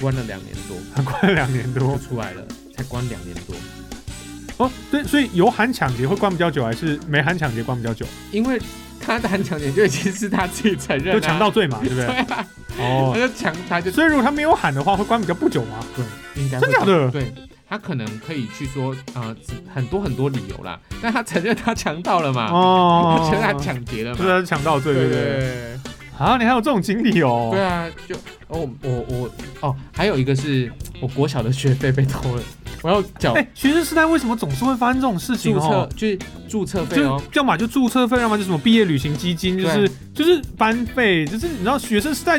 Speaker 2: 关了两年多，
Speaker 1: 他关了两年
Speaker 2: 就 *laughs*
Speaker 1: 多。
Speaker 2: 出来了，才关两年多，
Speaker 1: 哦，对，所以有喊抢劫会关比较久，还是没喊抢劫关比较久？
Speaker 2: 因为他的喊抢劫就已经是他自己承认、
Speaker 1: 就
Speaker 2: 啊，
Speaker 1: 强盗罪嘛，对不
Speaker 2: 对
Speaker 1: 对？
Speaker 2: 啊，他
Speaker 1: 哦，
Speaker 2: 就强他就
Speaker 1: 所以如果他没有喊的话，会关比较不久
Speaker 2: *laughs*
Speaker 1: 吗？
Speaker 2: 对，应该会
Speaker 1: 真假的？
Speaker 2: 对他可能可以去说呃很多很多理由啦，但他承认他强盗了嘛，
Speaker 1: 哦
Speaker 2: *laughs* 他，承认他抢劫了
Speaker 1: 对，
Speaker 2: 嘛，
Speaker 1: 他是强盗罪，对不对？
Speaker 2: 对
Speaker 1: 啊，你还有这种经历哦？
Speaker 2: 对啊，就哦我我哦还有一个是我国小的学费被偷了，我要
Speaker 1: *laughs*
Speaker 2: 缴
Speaker 1: 哎、学生时代为什么总是会发生这种事情
Speaker 2: 注册
Speaker 1: 哦？
Speaker 2: 就是注册费
Speaker 1: 就
Speaker 2: 哦，
Speaker 1: 要么就注册费，要么就什么毕业旅行基金，就是就是班费，就是你知道学生时代，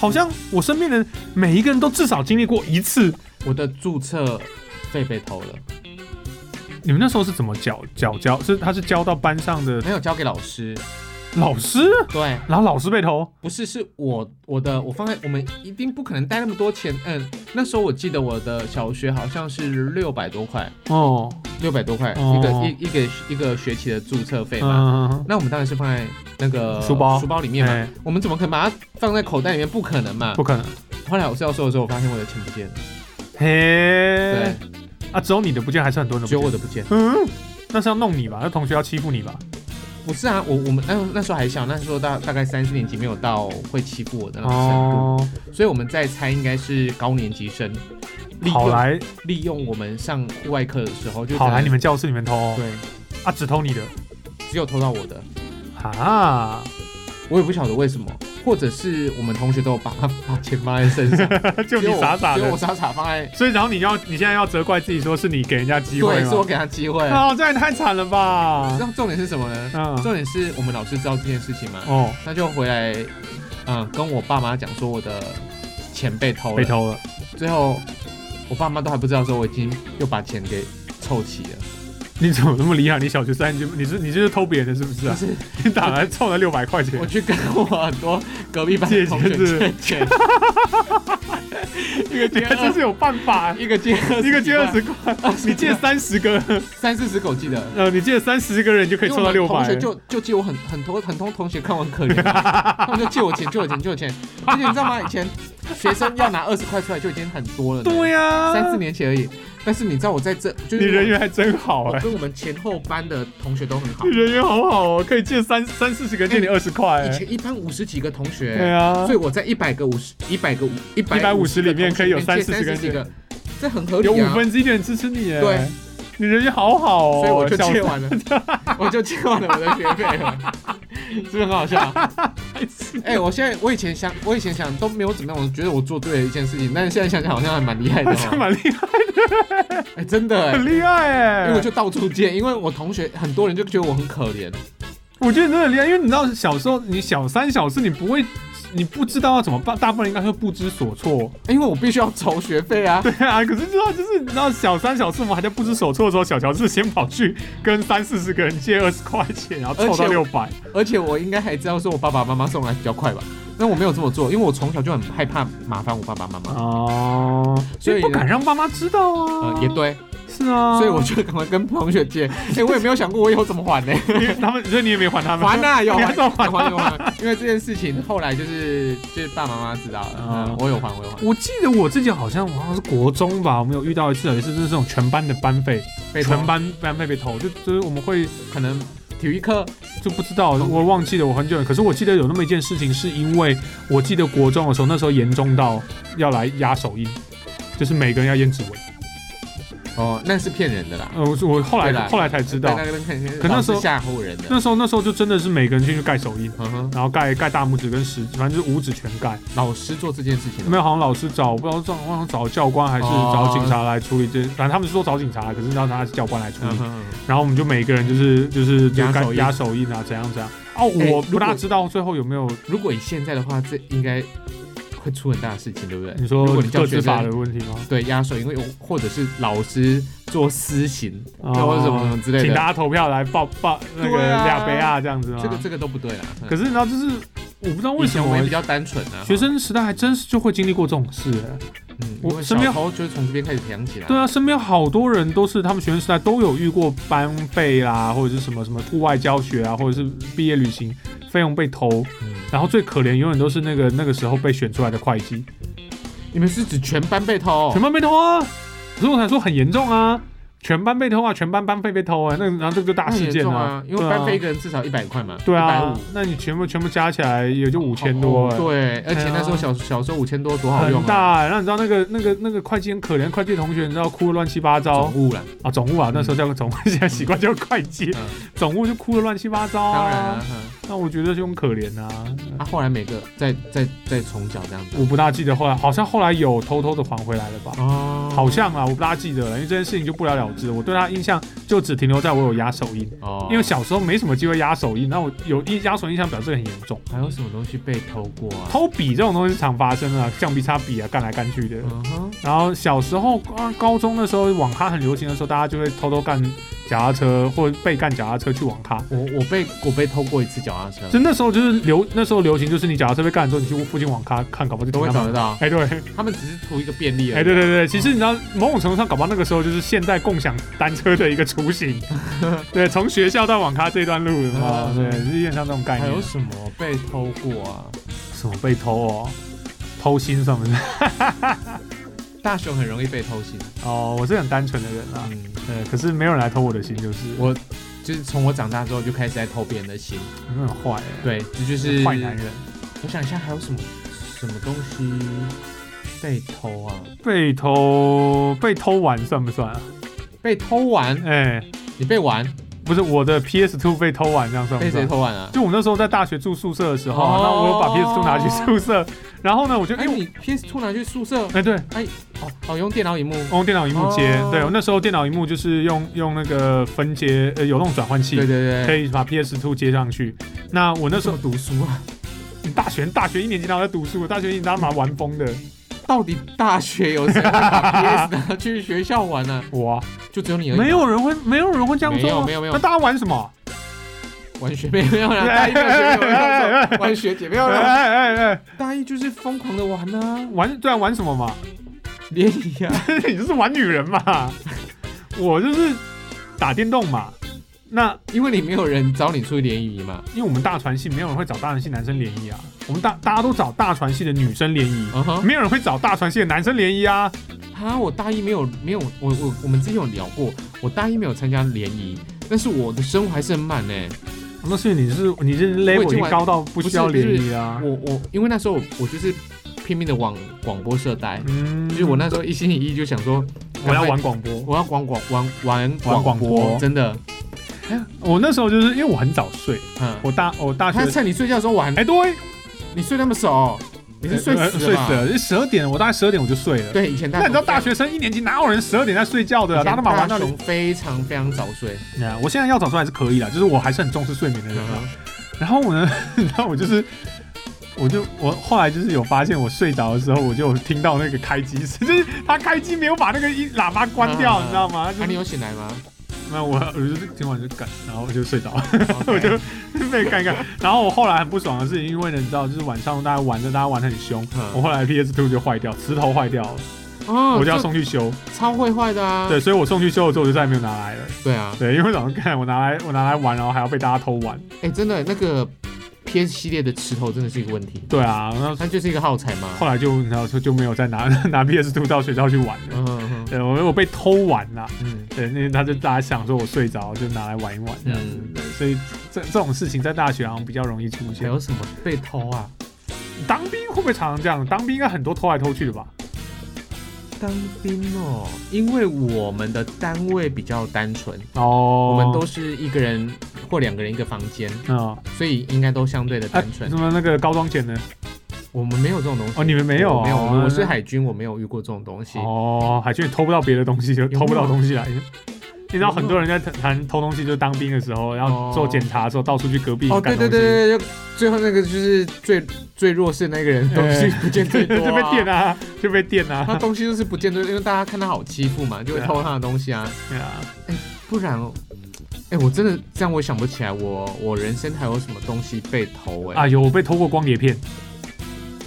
Speaker 1: 好像我身边的人每一个人都至少经历过一次。
Speaker 2: 我的注册费被偷了，
Speaker 1: 你们那时候是怎么缴缴交？是他是交到班上的
Speaker 2: 没有交给老师，
Speaker 1: *laughs* 老师，
Speaker 2: 对。
Speaker 1: 然后老师被偷，
Speaker 2: 不是，是我我的我放在我们一定不可能带那么多钱。嗯，那时候我记得我的小学好像是六百多块，
Speaker 1: 哦，
Speaker 2: 六百多块、
Speaker 1: 哦
Speaker 2: 一个一一个一个学期的注册费嘛。
Speaker 1: 嗯，
Speaker 2: 那我们当然是放在那个
Speaker 1: 书包
Speaker 2: 书包里面嘛。
Speaker 1: 哎
Speaker 2: 我们怎么可能把它放在口袋里面？不可能嘛。
Speaker 1: 嗯不可能，
Speaker 2: 后来我是要收的时候，我发现我的钱不见了。
Speaker 1: 嘿
Speaker 2: 对，，
Speaker 1: 啊，只有你的不见，还是很多人的
Speaker 2: 只有
Speaker 1: 不
Speaker 2: 我
Speaker 1: 见？
Speaker 2: 的不见。
Speaker 1: 嗯，那是要弄你吧？那同学要欺负你吧？
Speaker 2: 不是啊，我我们那那时候还小，那时候大大概三四年级，没有到会欺负我的那种程度，
Speaker 1: 哦，
Speaker 2: 所以我们在猜应该是高年级生。利
Speaker 1: 跑
Speaker 2: 用
Speaker 1: 来
Speaker 2: 利用我们上户外课的时候就
Speaker 1: 跑来你
Speaker 2: 们
Speaker 1: 们教室里面偷哦
Speaker 2: 对，
Speaker 1: 啊，只偷你的
Speaker 2: 只有偷到我的，
Speaker 1: 啊？
Speaker 2: 我也不晓得为什么，或者是我们同学都有把 *laughs* 把钱放在身上，
Speaker 1: *laughs* 就
Speaker 2: 只有
Speaker 1: 你
Speaker 2: 我
Speaker 1: 傻傻
Speaker 2: 只有
Speaker 1: 的
Speaker 2: 我，傻傻放在，
Speaker 1: 所以然后你要你现在要责怪自己说是你给人家机会
Speaker 2: 对，是我
Speaker 1: 吗？
Speaker 2: 给他机会。
Speaker 1: 哦，这也太惨了吧
Speaker 2: 然！后重点是什么呢？
Speaker 1: 嗯，
Speaker 2: 重点是我们老师知道这件事情嘛，
Speaker 1: 哦，
Speaker 2: 他就回来，嗯，跟我爸妈讲说我的钱被偷了，
Speaker 1: 被，偷了，
Speaker 2: 最后我爸妈都还不知道说我已经又把钱给凑齐了，
Speaker 1: 你怎么那么厉害？你小学三年级，你是你就是偷别人的是不是啊
Speaker 2: 就？是
Speaker 1: 你打来凑了六百块钱
Speaker 2: 我，去跟我很多隔壁班的同学
Speaker 1: 借钱是
Speaker 2: 借钱， *laughs* 一个
Speaker 1: 你
Speaker 2: 借
Speaker 1: 还真
Speaker 2: 二
Speaker 1: 是有办法，啊
Speaker 2: 一个借二，
Speaker 1: 一个借二十块，
Speaker 2: 十，
Speaker 1: 你借三十个，
Speaker 2: 三四十个，我记得。
Speaker 1: 呃，你借三十个人就可以
Speaker 2: 因为
Speaker 1: 凑到
Speaker 2: 我
Speaker 1: 六
Speaker 2: 们
Speaker 1: 百
Speaker 2: 同，学就就借我很很多很多同学看我很
Speaker 1: *laughs*
Speaker 2: 可怜，他们就借我钱，借我钱，借我钱。而且你知道吗？以前学生要拿二十块出来就已经很多了，
Speaker 1: 对、呀，
Speaker 2: 三四年前而已。但是你知道我在这，就是
Speaker 1: 你人缘还真好
Speaker 2: 我
Speaker 1: 哎。
Speaker 2: 跟我们前后班的同学都很好
Speaker 1: 你，人缘好好哦，可以借三三四十个，借你二十块
Speaker 2: 以
Speaker 1: 哎。
Speaker 2: 前一班五十几个同学，
Speaker 1: 对啊
Speaker 2: 所以，我在一百个五十、一百个五、一百
Speaker 1: 150里面可以有
Speaker 2: 三
Speaker 1: 30
Speaker 2: 十几
Speaker 1: 个
Speaker 2: 个，这很合理、
Speaker 1: 有
Speaker 2: 啊。
Speaker 1: 五，分之一的人支持你哎。
Speaker 2: 对，
Speaker 1: 你人缘好好哦。
Speaker 2: 所以我就
Speaker 1: 笑
Speaker 2: 借
Speaker 1: 死
Speaker 2: 完了， *laughs* 我就借完了我的学费 *laughs* 了，是不是很好笑？ *laughs* 哎、我现在我以前想，我以前想都没有怎么样，我觉得我做对了一件事情，但是现在想想好像还蛮厉害的、
Speaker 1: 还是
Speaker 2: 哦。
Speaker 1: 蛮厉害，
Speaker 2: 哎、真的、
Speaker 1: 很厉害哎、
Speaker 2: 因为我就到处借，因为我同学很多人就觉得我很可怜，
Speaker 1: 我觉得你真的很厉害，因为你知道小时候你小三小四你不会，你不知道要怎么办，大部分人应该说不知所措。 *laughs*
Speaker 2: 因为我必须要筹学费啊。
Speaker 1: 对啊，可是知道就是你知道小三小四我们还在不知所措的时候，小乔是先跑去跟三四十个人借二十块钱，然后凑到
Speaker 2: 而且
Speaker 1: 六
Speaker 2: 我
Speaker 1: 百。
Speaker 2: 而且我应该还知道说我爸爸妈妈送来比较快吧？那我没有这么做，因为我从小就很害怕麻烦我爸爸妈妈。
Speaker 1: 哦，所以
Speaker 2: 所以呢
Speaker 1: 不敢让爸妈知道啊。
Speaker 2: 呃，也对，
Speaker 1: 是啊，
Speaker 2: 所以我就赶快跟同学借。哎、我也没有想过我以后怎么还呢、
Speaker 1: 因为他们，所以你也没 *laughs* 还他们。
Speaker 2: *laughs* 还呐、有
Speaker 1: 你
Speaker 2: 还
Speaker 1: 还是要还啊
Speaker 2: 有还有还，因为这件事情后来就是就是爸爸妈妈知道了，
Speaker 1: 哦
Speaker 2: 嗯，我有还我有还，
Speaker 1: 我记得我自己好像我好像是国中吧，我们有遇到一次，有一次就是这种全班的班费，
Speaker 2: 被偷
Speaker 1: 全班班费被偷，就就是我们会
Speaker 2: 可能体育课
Speaker 1: 就不知道，我忘记了，我很久了。可是我记得有那么一件事情，是因为我记得国中的时候，那时候严重到要来压手印，就是每个人要验指纹。
Speaker 2: 哦，那是骗人的啦，
Speaker 1: 呃，我我后来
Speaker 2: 对啦
Speaker 1: 后来才知道
Speaker 2: 在，那个肯定
Speaker 1: 可那时候
Speaker 2: 吓唬人的，
Speaker 1: 那时候那时候就真的是每个人进去盖手印。
Speaker 2: 嗯哼，
Speaker 1: 然后盖盖大拇指跟食指，反正就是五指全盖。
Speaker 2: 老师做这件事情
Speaker 1: 没有，好像老师找，我不知道找，我好像找教官还是
Speaker 2: 哦
Speaker 1: 找警察来处理这。反正他们是说找警察，可是让他是教官来处理
Speaker 2: 嗯。哼，
Speaker 1: 然后我们就每个人就是就是就
Speaker 2: 压
Speaker 1: 盖
Speaker 2: 手印
Speaker 1: 压手印啊，怎样怎样。哦，
Speaker 2: 哎
Speaker 1: 我
Speaker 2: 如
Speaker 1: 不
Speaker 2: 果
Speaker 1: 大知道最后有没有
Speaker 2: 如果以现在的话，这应该会出很大的事情，对不对？
Speaker 1: 你说
Speaker 2: 如果你
Speaker 1: 各
Speaker 2: 叫
Speaker 1: 自
Speaker 2: 学
Speaker 1: 法的
Speaker 2: 生。
Speaker 1: 问题吗？
Speaker 2: 对压手，因为有或者是老师做私刑，
Speaker 1: 哦
Speaker 2: 啊或者什么什么之类
Speaker 1: 请大家
Speaker 2: 的，
Speaker 1: 投票来报报那个
Speaker 2: 对啊
Speaker 1: 俩杯啊，这样子吗？
Speaker 2: 这个这个都不对啦。嗯
Speaker 1: 可是你知道，就是我不知道为
Speaker 2: 以
Speaker 1: 什
Speaker 2: 前我
Speaker 1: 么
Speaker 2: 们也比较单纯啊，
Speaker 1: 学生时代还真是就会经历过这种事、欸。
Speaker 2: 嗯，
Speaker 1: 我
Speaker 2: 我
Speaker 1: 身
Speaker 2: 身
Speaker 1: 边
Speaker 2: 边头就是从这边开始培养起来。
Speaker 1: 对啊，身边好多人都是他们学生时代都有遇过班费啦，或者是什么什么户外教学啊，或者是毕业旅行费用被偷，
Speaker 2: 嗯，
Speaker 1: 然后最可怜永远都是那个那个时候被选出来的会计，
Speaker 2: 你们是指全班被偷
Speaker 1: 全？班被偷啊！所以我才说很严重啊，全班被偷啊，全班班费被偷啊，那然后这个就大
Speaker 2: 那很
Speaker 1: 事
Speaker 2: 严
Speaker 1: 件
Speaker 2: 重啊，因为
Speaker 1: 对啊
Speaker 2: 班费一个人至少一百块嘛，
Speaker 1: 对
Speaker 2: 一百
Speaker 1: 啊
Speaker 2: 五，。
Speaker 1: 那你全部全部加起来也就五千多、
Speaker 2: 哦
Speaker 1: 欸，
Speaker 2: 对，而且那时候
Speaker 1: 哎呀
Speaker 2: 小小时候五千多多好用
Speaker 1: 很
Speaker 2: 啊，
Speaker 1: 大、欸。那你知道那个那个那个会计很可怜，会计同学你知道哭的乱七八糟
Speaker 2: 总务啦，
Speaker 1: 啊，总务啊，那时候叫总务，现在习惯叫会计
Speaker 2: 嗯，
Speaker 1: 总务就哭的乱七八糟、
Speaker 2: 当然啊，，嗯
Speaker 1: 那我觉得就很可怜啊。
Speaker 2: 啊后来每个再再再重缴这样子，
Speaker 1: 我不大记得后来，好像后来有偷偷的还回来了吧？
Speaker 2: 哦
Speaker 1: 好像啊，我不大记得了，因为这件事情就不了了之。我对他印象就只停留在我有压手印，
Speaker 2: 哦，
Speaker 1: 因为小时候没什么机会压手印，那我有一压手印象表示很严重。
Speaker 2: 还有什么东西被偷过啊？
Speaker 1: 偷笔这种东西是常发生的、啊，橡皮擦笔啊，干来干去的。
Speaker 2: 嗯哼，
Speaker 1: 然后小时候啊，高中的时候网咖很流行的时候，大家就会偷偷干脚踏车或被干脚踏车去网咖。
Speaker 2: 我我被我被偷过一次脚踏车，
Speaker 1: 就那时候就是流那时候流行，就是你脚踏车被干的时候，你去附近网咖看，搞不好就
Speaker 2: 都
Speaker 1: 停
Speaker 2: 会
Speaker 1: 他
Speaker 2: 找
Speaker 1: 们
Speaker 2: 得到，
Speaker 1: 哎对，
Speaker 2: 他们只是图一个便利而已。啊
Speaker 1: 哎对对对，其实你知道，某种程度上，搞不好那个时候就是现代共享单车的一个雏
Speaker 2: *laughs*
Speaker 1: 形。对，从学校到网咖这一段路啊，对，是有点像这种概
Speaker 2: 嗯还
Speaker 1: 念
Speaker 2: 有。什么被偷过啊？
Speaker 1: 什么被偷哦？偷心什么的？
Speaker 2: 大雄很容易被偷心，
Speaker 1: *laughs* 哦，我是很单纯的人啊。
Speaker 2: 嗯，
Speaker 1: 对，可是没有人来偷我的心，就是
Speaker 2: 我就是从我长大之后就开始在偷别人的心。
Speaker 1: 你很坏欸，
Speaker 2: 对，这就是
Speaker 1: 坏男人。
Speaker 2: 我想一下还有什么什么东西被偷啊？
Speaker 1: 被偷被偷玩算不算啊？
Speaker 2: 被偷玩？
Speaker 1: 哎、
Speaker 2: 你被玩？
Speaker 1: 不是我的 PS2 被偷玩，这样算不
Speaker 2: 被谁
Speaker 1: 算？
Speaker 2: 偷玩啊？
Speaker 1: 就我那时候在大学住宿舍的时候啊，
Speaker 2: 哦
Speaker 1: 那我有把 PS2 拿去宿舍，然后呢，我就
Speaker 2: 哎，
Speaker 1: 因为我
Speaker 2: 你 PS Two 拿去宿舍？
Speaker 1: 哎、对，
Speaker 2: 哦哦，用电脑荧幕。
Speaker 1: 我用电脑荧幕接，
Speaker 2: 哦
Speaker 1: 对我那时候电脑荧幕就是用用那个分接，呃，有那种转换器，
Speaker 2: 对对
Speaker 1: 可
Speaker 2: 对，
Speaker 1: 以把 PS2 接上去。那我那时
Speaker 2: 这
Speaker 1: 候
Speaker 2: 么读书啊？
Speaker 1: 你大学大学一年级哪有在读书，啊大学一年级哪有嘛玩疯的，
Speaker 2: 到底大学有 *laughs* 谁会把 PS 拿去学校玩呢、
Speaker 1: 我啊、
Speaker 2: 就只有你而已吧。
Speaker 1: 没有人会没有人会这样做、啊，
Speaker 2: 没有没有没有
Speaker 1: 那大家玩什么？
Speaker 2: 玩学妹没有啦，大一没有学妹没有啦，玩学姐没有
Speaker 1: 哎
Speaker 2: *laughs*
Speaker 1: 哎
Speaker 2: 啦，
Speaker 1: 哎哎，
Speaker 2: 大一就是疯狂的玩啊，
Speaker 1: 玩对啊玩什么嘛？ *laughs*
Speaker 2: 联谊啊，
Speaker 1: 你就是玩女人嘛， *laughs* 我就是打电动嘛。那
Speaker 2: 因为你没有人找你出去联谊嘛，
Speaker 1: 因为我们大传系没有人会找大传系男生联谊啊，我们大大家都找大传系的女生联谊，
Speaker 2: 嗯哼，
Speaker 1: 没有人会找大传系的男生联谊啊。
Speaker 2: 啊，我大一没有没有，我我我们之前有聊过，我大一没有参加联谊，但是我的生活还是很满呢、
Speaker 1: 那是你是你这
Speaker 2: 我
Speaker 1: level
Speaker 2: 已
Speaker 1: 已
Speaker 2: 经
Speaker 1: 经
Speaker 2: 玩
Speaker 1: 高到不需要
Speaker 2: 不是不是
Speaker 1: 联谊啊。
Speaker 2: 我我因为那时候我我就是拼命的往广播社待，
Speaker 1: 嗯
Speaker 2: 就是我那时候一心一意就想说，
Speaker 1: 我要玩广播，
Speaker 2: 我要广广玩玩
Speaker 1: 玩广
Speaker 2: 播，
Speaker 1: 播
Speaker 2: 真的，
Speaker 1: 我那时候就是因为我很早睡，
Speaker 2: 嗯，
Speaker 1: 我大我大学
Speaker 2: 他趁你睡觉的时候玩，
Speaker 1: 哎对，
Speaker 2: 你睡那么熟，你是睡
Speaker 1: 呃
Speaker 2: 死
Speaker 1: 睡
Speaker 2: 了吧
Speaker 1: 死了，十二点我大概十二点我就睡了。
Speaker 2: 对，以前大
Speaker 1: 那你知道
Speaker 2: 学
Speaker 1: 大学生一年级哪有人十二点在睡觉的、
Speaker 2: 以
Speaker 1: 啊？
Speaker 2: 前
Speaker 1: 大家都把玩到
Speaker 2: 大雄非常非常早睡，
Speaker 1: 那我现在要早睡还是可以啦，就是我还是很重视睡眠的人
Speaker 2: 嗯
Speaker 1: 啊。然后我呢， *laughs* 然后我就是，我就我后来就是有发现，我睡着的时候我就有听到那个开机声， *laughs* 就是他开机没有把那个一喇叭关掉，
Speaker 2: 啊
Speaker 1: 你知道吗？就
Speaker 2: 那、
Speaker 1: 是
Speaker 2: 你有醒来吗？
Speaker 1: 那我我就是听完就干，然后我就睡着了，*laughs*
Speaker 2: 我
Speaker 1: 我就 *laughs* 被干干。然后我后来很不爽的是，因为呢，你知道，就是晚上大家玩的，大家玩得很凶，
Speaker 2: 嗯
Speaker 1: 我后来 PS Two 就坏掉，磁头坏掉了，
Speaker 2: 哦，嗯
Speaker 1: 我就要
Speaker 2: 这
Speaker 1: 送去修。
Speaker 2: 超会坏的啊！
Speaker 1: 对，所以我送去修了之后，我就再也没有拿来了。
Speaker 2: 对啊，
Speaker 1: 对，因为早上看我拿来我拿来玩，然后还要被大家偷玩。
Speaker 2: 哎、真的那个 PS 系列的石头真的是一个问题，
Speaker 1: 对啊，然后
Speaker 2: 它就是一个耗材嘛。
Speaker 1: 后来就你知道就就没有再拿 *laughs* 拿 PS Two 到学校去玩了。
Speaker 2: 嗯嗯
Speaker 1: 对，我我被偷玩啦。
Speaker 2: 嗯，
Speaker 1: 对，那他就大家想说我睡着就拿来玩一玩这样子。
Speaker 2: 嗯
Speaker 1: 对，所以这这种事情在大学好像比较容易出
Speaker 2: 还
Speaker 1: 现。
Speaker 2: 有什么被偷啊？
Speaker 1: 当兵会不会常常这样？当兵应该很多偷来偷去的吧？
Speaker 2: 当兵哦，因为我们的单位比较单纯，
Speaker 1: 哦，
Speaker 2: 我们都是一个人或两个人一个房间，
Speaker 1: 嗯，
Speaker 2: 所以应该都相对的
Speaker 1: 哎、
Speaker 2: 单纯。
Speaker 1: 什么那个高装钱呢？
Speaker 2: 我们没有这种东西。
Speaker 1: 哦，你们没有、
Speaker 2: 我
Speaker 1: 哦？
Speaker 2: 没有，
Speaker 1: 那
Speaker 2: 我是海军，我没有遇过这种东西。
Speaker 1: 哦，海军也偷不到别的东西，就
Speaker 2: 有
Speaker 1: 偷不
Speaker 2: 没
Speaker 1: 到
Speaker 2: 有
Speaker 1: 东西来。你知道很多人在谈偷东西，就是当兵的时候，然后做检查的时候，到处去隔壁
Speaker 2: 哦，
Speaker 1: 赶
Speaker 2: 对
Speaker 1: 东
Speaker 2: 对
Speaker 1: 西，
Speaker 2: 对对对，就最后那个就是最最弱势那个人东西不见最多、
Speaker 1: *laughs* 就被电
Speaker 2: 了。
Speaker 1: 啊，就被电
Speaker 2: 他
Speaker 1: 啊，
Speaker 2: 东西就是不见最多，因为大家看他好欺负嘛，就会偷他的东西啊。
Speaker 1: 对啊，
Speaker 2: 不然哦，哎、我真的这样我想不起来我，我人生还有什么东西被偷哎、
Speaker 1: 啊有我被偷过光碟片，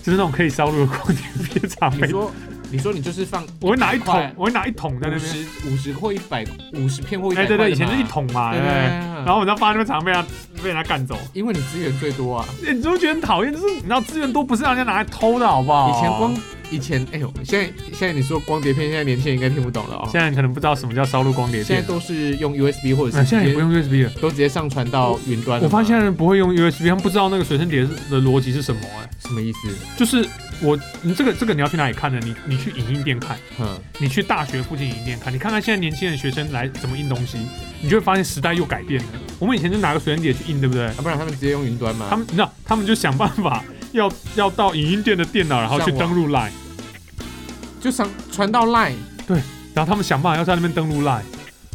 Speaker 1: 就是那种可以烧录的光碟片，常
Speaker 2: 你
Speaker 1: 被。
Speaker 2: 说，你说你就是放
Speaker 1: 我会拿一
Speaker 2: 块
Speaker 1: 桶，我会拿一桶在那边。
Speaker 2: 五十五十或一百五十片或一
Speaker 1: 哎，
Speaker 2: 百
Speaker 1: 对
Speaker 2: 块的嘛
Speaker 1: 对，以前是一，桶嘛，
Speaker 2: 对
Speaker 1: 对
Speaker 2: 对
Speaker 1: 不
Speaker 2: 对
Speaker 1: 对？
Speaker 2: 然
Speaker 1: 然后我那发现常被他啊被人家干走，
Speaker 2: 因为你资源最多啊，
Speaker 1: 你就会觉得很讨厌，就是你知道资源多不是让人家拿来偷的好不好？
Speaker 2: 以前光以前，哎呦，现在现在你说光碟片，现在年轻人应该听不懂了哦。
Speaker 1: 现在你可能不知道什么叫烧录光碟
Speaker 2: 现在
Speaker 1: 片，
Speaker 2: 都是用 USB 或者
Speaker 1: 啊
Speaker 2: 是
Speaker 1: 现在
Speaker 2: 直
Speaker 1: 也
Speaker 2: 接
Speaker 1: 不用 USB 了。
Speaker 2: 都直接上传到云端了
Speaker 1: 我
Speaker 2: 吗。
Speaker 1: 发现人不会用 USB，他们不知道那个随身碟的逻辑是什么、哎，
Speaker 2: 什么意思？
Speaker 1: 就是我，你这个这个你要去哪里看呢？你你去影印店看，
Speaker 2: 嗯，
Speaker 1: 你去大学附近影印店看，你看看现在年轻人学生来怎么印东西，你就会发现时代又改变了。我们以前就拿个随身碟去印，对不对？
Speaker 2: 要、不然他们直接用云端吗？
Speaker 1: 他们你知道，他们就想办法要要到影音店的电脑，然后去
Speaker 2: 上网
Speaker 1: 登录 Line，
Speaker 2: 就上传到 Line，
Speaker 1: 然后他们想办法要在那边登录 Line，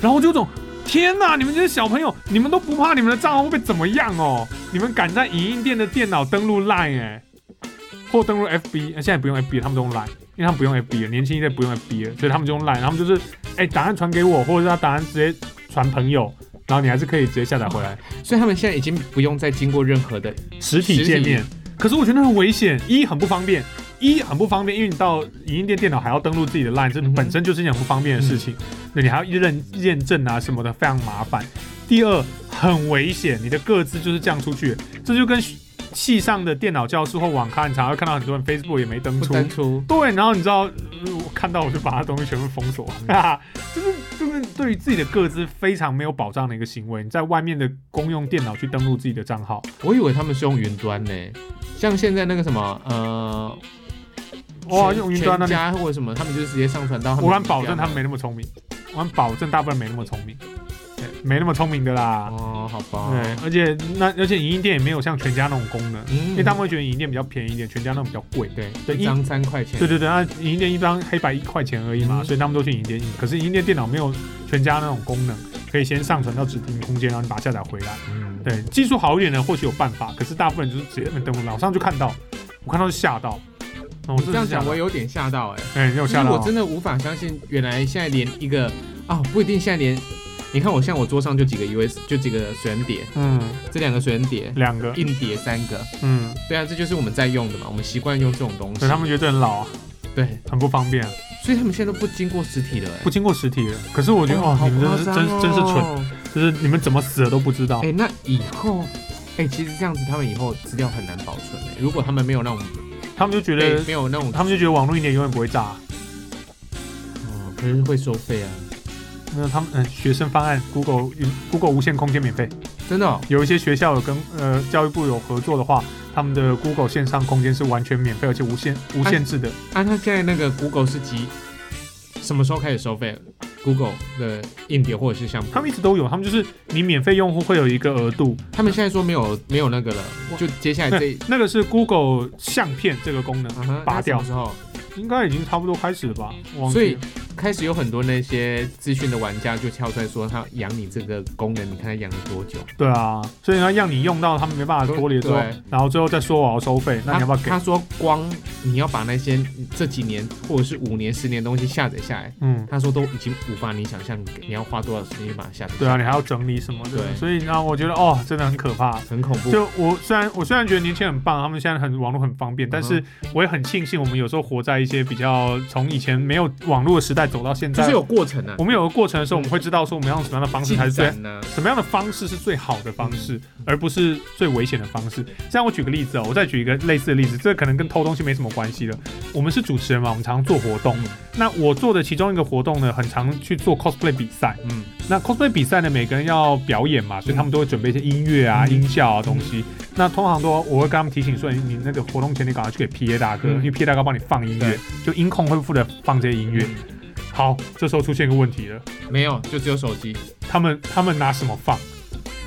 Speaker 1: 然后我就有种天哪，你们这些小朋友，你们都不怕你们的账号会被怎么样哦？你们敢在影音店的电脑登录 Line 哎、或登录 FB，呃现在不用 FB，他们都用 Line，因为他们不用 FB 了，年轻一代不用 FB 了，所以他们就用 Line，然后他们就是哎、答案传给我，或者是他答案直接传朋友，然后你还是可以直接下载回来。
Speaker 2: 所以他们现在已经不用再经过任何的
Speaker 1: 实体界面。可是我觉得很危险，一很不方便，一很不方便，因为你到影音店电脑还要登录自己的 LINE，这
Speaker 2: 嗯哼
Speaker 1: 本身就是一件很不方便的事情，那、你还要认验证啊什么的，非常麻烦。第二，很危险，你的个资就是这样出去，这就跟系上的电脑教室或网咖，你常常会看到很多人 Facebook 也没登
Speaker 2: 不
Speaker 1: 出，
Speaker 2: 登出。
Speaker 1: 对，然后你知道，呃我看到我就把他东西全部封锁，哈哈，就是就是对于自己的个资非常没有保障的一个行为。你在外面的公用电脑去登录自己的账号，
Speaker 2: 我以为他们是用云端呢、像现在那个什么呃，
Speaker 1: 哇，
Speaker 2: 全
Speaker 1: 用云端那啊你
Speaker 2: 全家或者什么，他们就直接上传到他
Speaker 1: *laughs*
Speaker 2: 们。
Speaker 1: 我敢保证他们没那么聪明，我敢保证大部分没那么聪明，对没那么聪明的啦。
Speaker 2: 哦，好吧。
Speaker 1: 对，而且那而且影音店也没有像全家那种功能，
Speaker 2: 嗯，
Speaker 1: 因为他们会觉得影音店比较便宜一点，全家那种比较贵。
Speaker 2: 对
Speaker 1: 对
Speaker 2: 一张三块钱，
Speaker 1: 对对对，那影音店一张黑白一块钱而已嘛，
Speaker 2: 嗯
Speaker 1: 所以他们都去影音店印。可是影音店电脑没有全家那种功能，可以先上传到指定空间，然后你把它下载回来。
Speaker 2: 嗯，
Speaker 1: 对，技术好一点的或许有办法，可是大部分人就是直接在那边登录，我上就看到，我看到就吓到。那我
Speaker 2: 你
Speaker 1: 真
Speaker 2: 这
Speaker 1: 的
Speaker 2: 样
Speaker 1: 是吓
Speaker 2: 讲
Speaker 1: 到
Speaker 2: 我，有点吓到哎、
Speaker 1: 哎，你有吓
Speaker 2: 就是
Speaker 1: 到
Speaker 2: 我
Speaker 1: 啊？
Speaker 2: 真的无法相信，原来现在连一个啊、不一定现在连，你看我现在我桌上就几个 US，就几个水源碟，
Speaker 1: 嗯，
Speaker 2: 这两个水源碟，
Speaker 1: 两个，
Speaker 2: 硬碟三个，
Speaker 1: 嗯，
Speaker 2: 对啊，这就是我们在用的嘛，我们习惯用这种东西
Speaker 1: 所以。他们觉得很老啊，
Speaker 2: 对，
Speaker 1: 很不方便啊。
Speaker 2: 所以他们现在都不经过实体了、哎
Speaker 1: 不经过实体的。可是我觉得，哦，
Speaker 2: 好
Speaker 1: 你们真
Speaker 2: 夸
Speaker 1: 是
Speaker 2: 张
Speaker 1: 真
Speaker 2: 哦
Speaker 1: 真是蠢，就是你们怎么死的都不知道
Speaker 2: 哎、。那以后，哎、其实这样子，他们以后资料很难保存、哎，如果他们没有那种，
Speaker 1: 他们就觉
Speaker 2: 对，
Speaker 1: 得，
Speaker 2: 没有那种，
Speaker 1: 他们就觉得网络一年永远不会炸啊。
Speaker 2: 哦，可是会收费啊，
Speaker 1: 那他们嗯，学生方案，Google 云 Google 无限空间免费，
Speaker 2: 真的、哦，
Speaker 1: 有一些学校有跟呃教育部有合作的话，他们的 Google 线上空间是完全免费而且无限无限制的。
Speaker 2: 啊，那现在那个 Google 是几什么时候开始收费？Google 的硬碟或者是相
Speaker 1: 他
Speaker 2: 簿，
Speaker 1: 们一直都有，他们就是你免费用户会有一个额度，
Speaker 2: 他们现在说没有没有那个了，就接下来这
Speaker 1: *laughs*
Speaker 2: 一
Speaker 1: 那个是 Google 相片这个功能，
Speaker 2: 啊哈
Speaker 1: 拔掉
Speaker 2: 那什么时候，
Speaker 1: 应该已经差不多开始了吧？忘记
Speaker 2: 所以
Speaker 1: 了
Speaker 2: 开始有很多那些资讯的玩家就跳出来说，他养你这个功能，你看他养了多久？
Speaker 1: 对啊，所以要让你用到他们没办法脱离之后
Speaker 2: 对，
Speaker 1: 然后最后再说我要收费，那你要不要给
Speaker 2: 他？他说光你要把那些这几年或者是五年、十年的东西下载下来，
Speaker 1: 嗯，
Speaker 2: 他说都已经无法你想象，你要花多少时间把它下载下来？
Speaker 1: 对啊，你还要整理什么的，
Speaker 2: 对嗯
Speaker 1: 所以呢，我觉得哦，真的很可怕。
Speaker 2: 很恐怖。
Speaker 1: 就我虽然我虽然觉得年轻人很棒，他们现在很网络很方便，但是
Speaker 2: 嗯
Speaker 1: 我也很庆幸我们有时候活在一些比较从以前没有网络的时代走到现
Speaker 2: 就
Speaker 1: 在，
Speaker 2: 是有过程啊
Speaker 1: 我，们有个过程的时候，我们会知道说我们要用什么样的方式
Speaker 2: 进
Speaker 1: 才是最
Speaker 2: 展啊呢、
Speaker 1: 什么样的方式是最好的方式，而不是最危险的方式。这样我举个例子哦，我再举一个类似的例子，这可能跟偷东西没什么关系了。我们是主持人嘛，我们常做活动
Speaker 2: 嗯。
Speaker 1: 那我做的其中一个活动呢，很常去做 cosplay 比赛。
Speaker 2: 嗯，
Speaker 1: 那 cosplay 比赛呢，每个人要表演嘛，所以他们都会准备一些音乐啊、
Speaker 2: 嗯
Speaker 1: 音效啊东西。那通常都我会跟他们提醒说，你你那个活动前你赶快去给 P A 大哥，
Speaker 2: 嗯
Speaker 1: 因为 P A 大哥帮你放音乐
Speaker 2: 对，
Speaker 1: 就音控会负责放这些音乐。好，这时候出现一个问题了。
Speaker 2: 没有，就只有手机
Speaker 1: 他们他们拿什么放？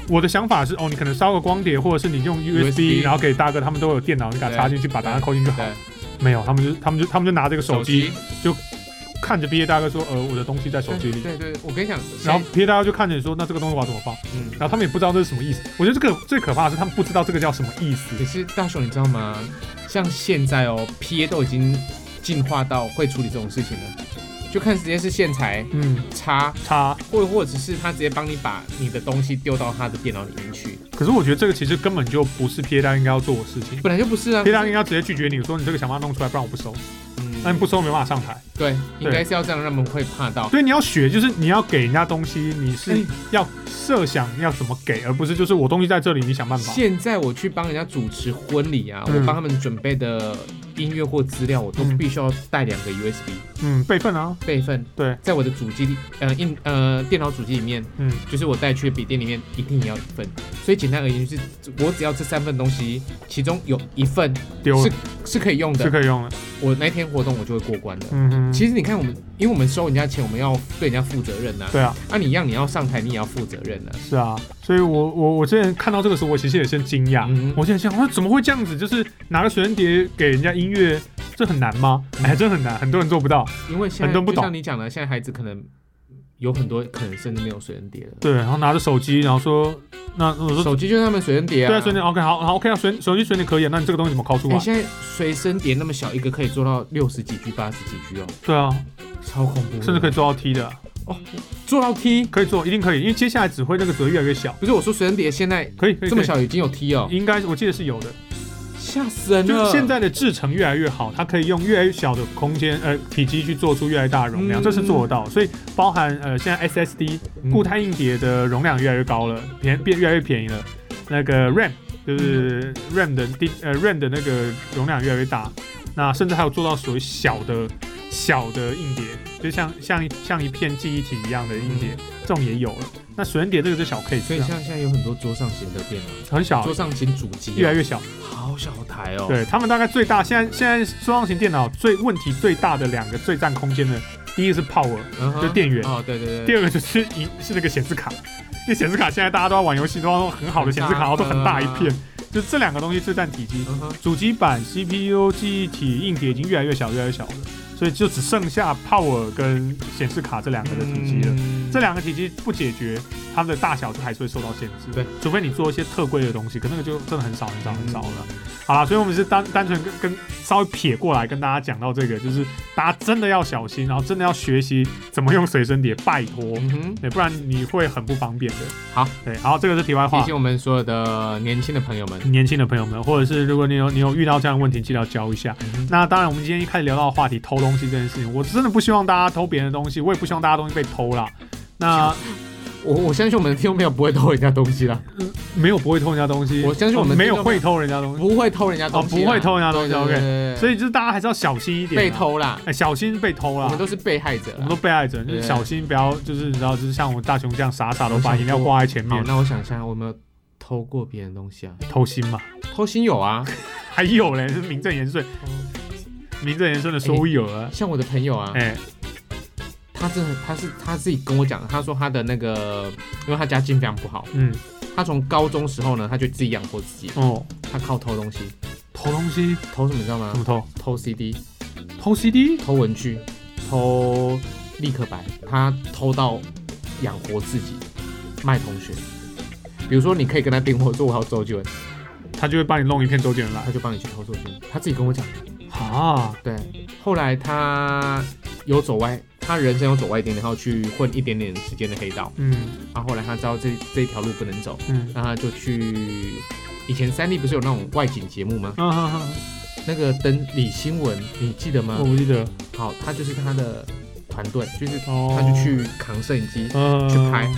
Speaker 1: 我的想法是，哦，你可能烧个光碟，或者是你用 USB，
Speaker 2: USB
Speaker 1: 然后给大哥他们都有电脑，你给它
Speaker 2: 对
Speaker 1: 插进去，把答案扣进去就好
Speaker 2: 对。
Speaker 1: 没有，他们就他们就他们就拿这个手机，看着毕业大哥说，呃，我的东西在手机里。
Speaker 2: 对对，对我跟你讲，
Speaker 1: 然后
Speaker 2: 现
Speaker 1: 毕业大哥就看着你说，那这个东西我要怎么放？
Speaker 2: 在嗯，
Speaker 1: 然后他们也不知道这是什么意思。我觉得这个最可怕的是，他们不知道这个叫什么意思
Speaker 2: 可。是大雄，你知道吗？像现在哦，P A 都已经进化到会处理这种事情了，就看直接是线材
Speaker 1: 嗯，
Speaker 2: 插，
Speaker 1: 差。
Speaker 2: 或或者是他直接帮你把你的东西丢到他的电脑里面去，
Speaker 1: 可是我觉得这个其实根本就不是毕业大哥应该要做的事情。
Speaker 2: 本来就不是啊
Speaker 1: 毕。业大哥应该直接拒绝你说，你这个想法弄出来，不然我不收。那
Speaker 2: 嗯，
Speaker 1: 你不收没办法上台。
Speaker 2: 对，应该是要这样，让他们会怕到。
Speaker 1: 所以你要学，就是你要给人家东西，你是
Speaker 2: 哎
Speaker 1: 要设想要怎么给，而不是就是我东西在这里，你想办法。
Speaker 2: 现在我去帮人家主持婚礼啊，
Speaker 1: 嗯
Speaker 2: 我帮他们准备的音乐或资料，我都
Speaker 1: 嗯
Speaker 2: 必须要带两个 USB
Speaker 1: 嗯，备份啊，
Speaker 2: 备份。
Speaker 1: 对，
Speaker 2: 在我的主机里，呃，硬呃电脑主机里面，
Speaker 1: 嗯
Speaker 2: 就是我带去的笔电里面一定也要一份。所以简单而言，就是我只要这三份东西，其中有一份
Speaker 1: 丢了
Speaker 2: 是可以用
Speaker 1: 是
Speaker 2: 的，
Speaker 1: 可以用了，
Speaker 2: 我那天活动我就会过关了。
Speaker 1: 嗯哼，
Speaker 2: 其实你看，我们因为我们收人家钱，我们要对人家负责任呐、啊。
Speaker 1: 对啊，
Speaker 2: 啊，你一样你要上台，你也要负责任呐、
Speaker 1: 是啊，所以我我我之前看到这个时候，我其实也先惊讶，
Speaker 2: 嗯
Speaker 1: 我现在想，我怎么会这样子？就是拿个随身碟给人家音乐，这很难吗？
Speaker 2: 嗯
Speaker 1: 哎，真很难，很多人做不到。
Speaker 2: 因为现在
Speaker 1: 很多人不懂
Speaker 2: 就像你讲的，现在孩子可能有很多可能甚至没有随身碟了，
Speaker 1: 对，然后拿着手机，然后说，那我说，
Speaker 2: 手机就是他们随身碟啊。
Speaker 1: 对啊，随身碟 OK，好好 OK 啊，随手机随身碟可以啊，那你这个东西怎么抠出
Speaker 2: 哎、
Speaker 1: 来？
Speaker 2: 现在随身碟那么小一个，可以做到六十几 G、八十几 G 哦，
Speaker 1: 对啊，
Speaker 2: 超恐怖的，
Speaker 1: 甚至可以做到 T 的啊，
Speaker 2: 做到 T。
Speaker 1: 可以做，一定可以，因为接下来只会那个只会越来越小，
Speaker 2: 不是我说随身碟现在
Speaker 1: 可以，可以
Speaker 2: 这么，
Speaker 1: 可
Speaker 2: 小已经有 T 哦
Speaker 1: 以，应该我记得是有的，
Speaker 2: 吓死人
Speaker 1: 就
Speaker 2: 了。
Speaker 1: 是现在的制成越来越好，它可以用越来越小的空间呃体积去做出越来越大的容量，
Speaker 2: 嗯
Speaker 1: 这是做得到的。所以包含呃现在 SSD
Speaker 2: 嗯
Speaker 1: 固态硬碟的容量越来越高了，便变越来越便宜了。那个 RAM 就是
Speaker 2: 嗯
Speaker 1: RAM 的 D 呃 RAM 的那个容量越来越大，那甚至还有做到所谓小的小的硬碟，就像像一像一片记忆体一样的硬碟，这种也有了。那水源碟这个就小 case，
Speaker 2: 嗯所以像现在有很多桌上型的电脑，
Speaker 1: 啊很小
Speaker 2: 桌，上型主机、啊
Speaker 1: 越来越小。
Speaker 2: 好小台哦。，
Speaker 1: 对他们大概最大，现在现在桌上型电脑最问题最大的两个最占空间的，第一个是 power，
Speaker 2: 嗯哼
Speaker 1: 就电源
Speaker 2: 哦，对对
Speaker 1: 第
Speaker 2: 对，
Speaker 1: 二个就是一是那个显示卡，因为显示卡现在大家都要玩游戏，都要用很好的显示卡，然后都很大一片，就这两个东西最占体积。
Speaker 2: 嗯哼，
Speaker 1: 主机板、CPU、记忆体、硬碟已经越来越小，越来越小了，所以就只剩下 power 跟显示卡这两个的体积了。
Speaker 2: 嗯
Speaker 1: 这两个体积不解决，它们的大小就还是会受到限制。
Speaker 2: 对，
Speaker 1: 除非你做一些特贵的东西，可那个就真的很少很少很少了。
Speaker 2: 嗯
Speaker 1: 好啦，所以我们是单单纯跟跟稍微撇过来跟大家讲到这个，就是大家真的要小心，然后真的要学习怎么用随身碟，拜托，
Speaker 2: 嗯哼，
Speaker 1: 对，不然你会很不方便的。
Speaker 2: 好，
Speaker 1: 对，好，这个是题外
Speaker 2: 提
Speaker 1: 话。
Speaker 2: 醒我们所有的年轻的朋友们，
Speaker 1: 年轻的朋友们，或者是如果你有你有遇到这样的问题，记得要教一下。
Speaker 2: 嗯
Speaker 1: 那当然，我们今天一开始聊到的话题偷东西这件事情，我真的不希望大家偷别人的东西，我也不希望大家东西被偷啦。那
Speaker 2: 我我相信我们的听众朋友不会偷人家东西啦，
Speaker 1: 没有不会偷人家东西，
Speaker 2: 我相信我们
Speaker 1: 哦没
Speaker 2: 听
Speaker 1: 有
Speaker 2: 众朋
Speaker 1: 会
Speaker 2: 友
Speaker 1: 偷人家东西，
Speaker 2: 不会偷人家东西啦，
Speaker 1: 哦不会偷人家东西
Speaker 2: 对对对
Speaker 1: OK
Speaker 2: 对对
Speaker 1: 所以就是大家还是要小心一点啊、
Speaker 2: 被偷啦
Speaker 1: 哎、，小心被偷
Speaker 2: 我
Speaker 1: 啦
Speaker 2: 们。都是被害者啦。
Speaker 1: 我们都被害者，就是
Speaker 2: 对
Speaker 1: 小心不要，就是你知道，就是像我大雄这样傻傻的把饮料挂在前
Speaker 2: 好，
Speaker 1: 面，
Speaker 2: 那我想一下，我有没有偷过别人的东西啊？
Speaker 1: 偷心嘛。
Speaker 2: 偷心有 *laughs* 啊，
Speaker 1: 还有嘞，是名正言顺，
Speaker 2: 哦
Speaker 1: 名正言顺的说有了。
Speaker 2: 像我的朋友啊，
Speaker 1: 哎、
Speaker 2: 他真的他是他自己跟我讲，他说他的那个，因为他家境非常不好，
Speaker 1: 嗯，
Speaker 2: 他从高中时候呢，他就自己养活自己，
Speaker 1: 哦，
Speaker 2: 他靠偷东西，
Speaker 1: 偷东西
Speaker 2: 偷什么你知道吗
Speaker 1: 怎？么偷？
Speaker 2: 偷 CD，
Speaker 1: 偷 CD？
Speaker 2: 偷文具，偷立刻白，他偷到养活自己，卖同学。比如说，你可以跟他订货，说我要周杰伦，
Speaker 1: 他就会帮你弄一片周杰伦
Speaker 2: 他
Speaker 1: 来。
Speaker 2: 就帮你去偷周杰伦。他自己跟我讲，
Speaker 1: 啊，
Speaker 2: 对。后来他有走歪，他人生有走歪一点点，然后去混一点点时间的黑道。
Speaker 1: 嗯
Speaker 2: 然后后来他知道这这一条路不能走，
Speaker 1: 嗯，
Speaker 2: 那他就去。以前三立不是有那种外景节目吗？
Speaker 1: 啊哈哈，哦
Speaker 2: 那个等李新文，你记得吗
Speaker 1: 我？不记得。
Speaker 2: 好，他就是他的团队，就是
Speaker 1: 哦，
Speaker 2: 他就，去扛摄影机，
Speaker 1: 嗯、
Speaker 2: 去拍。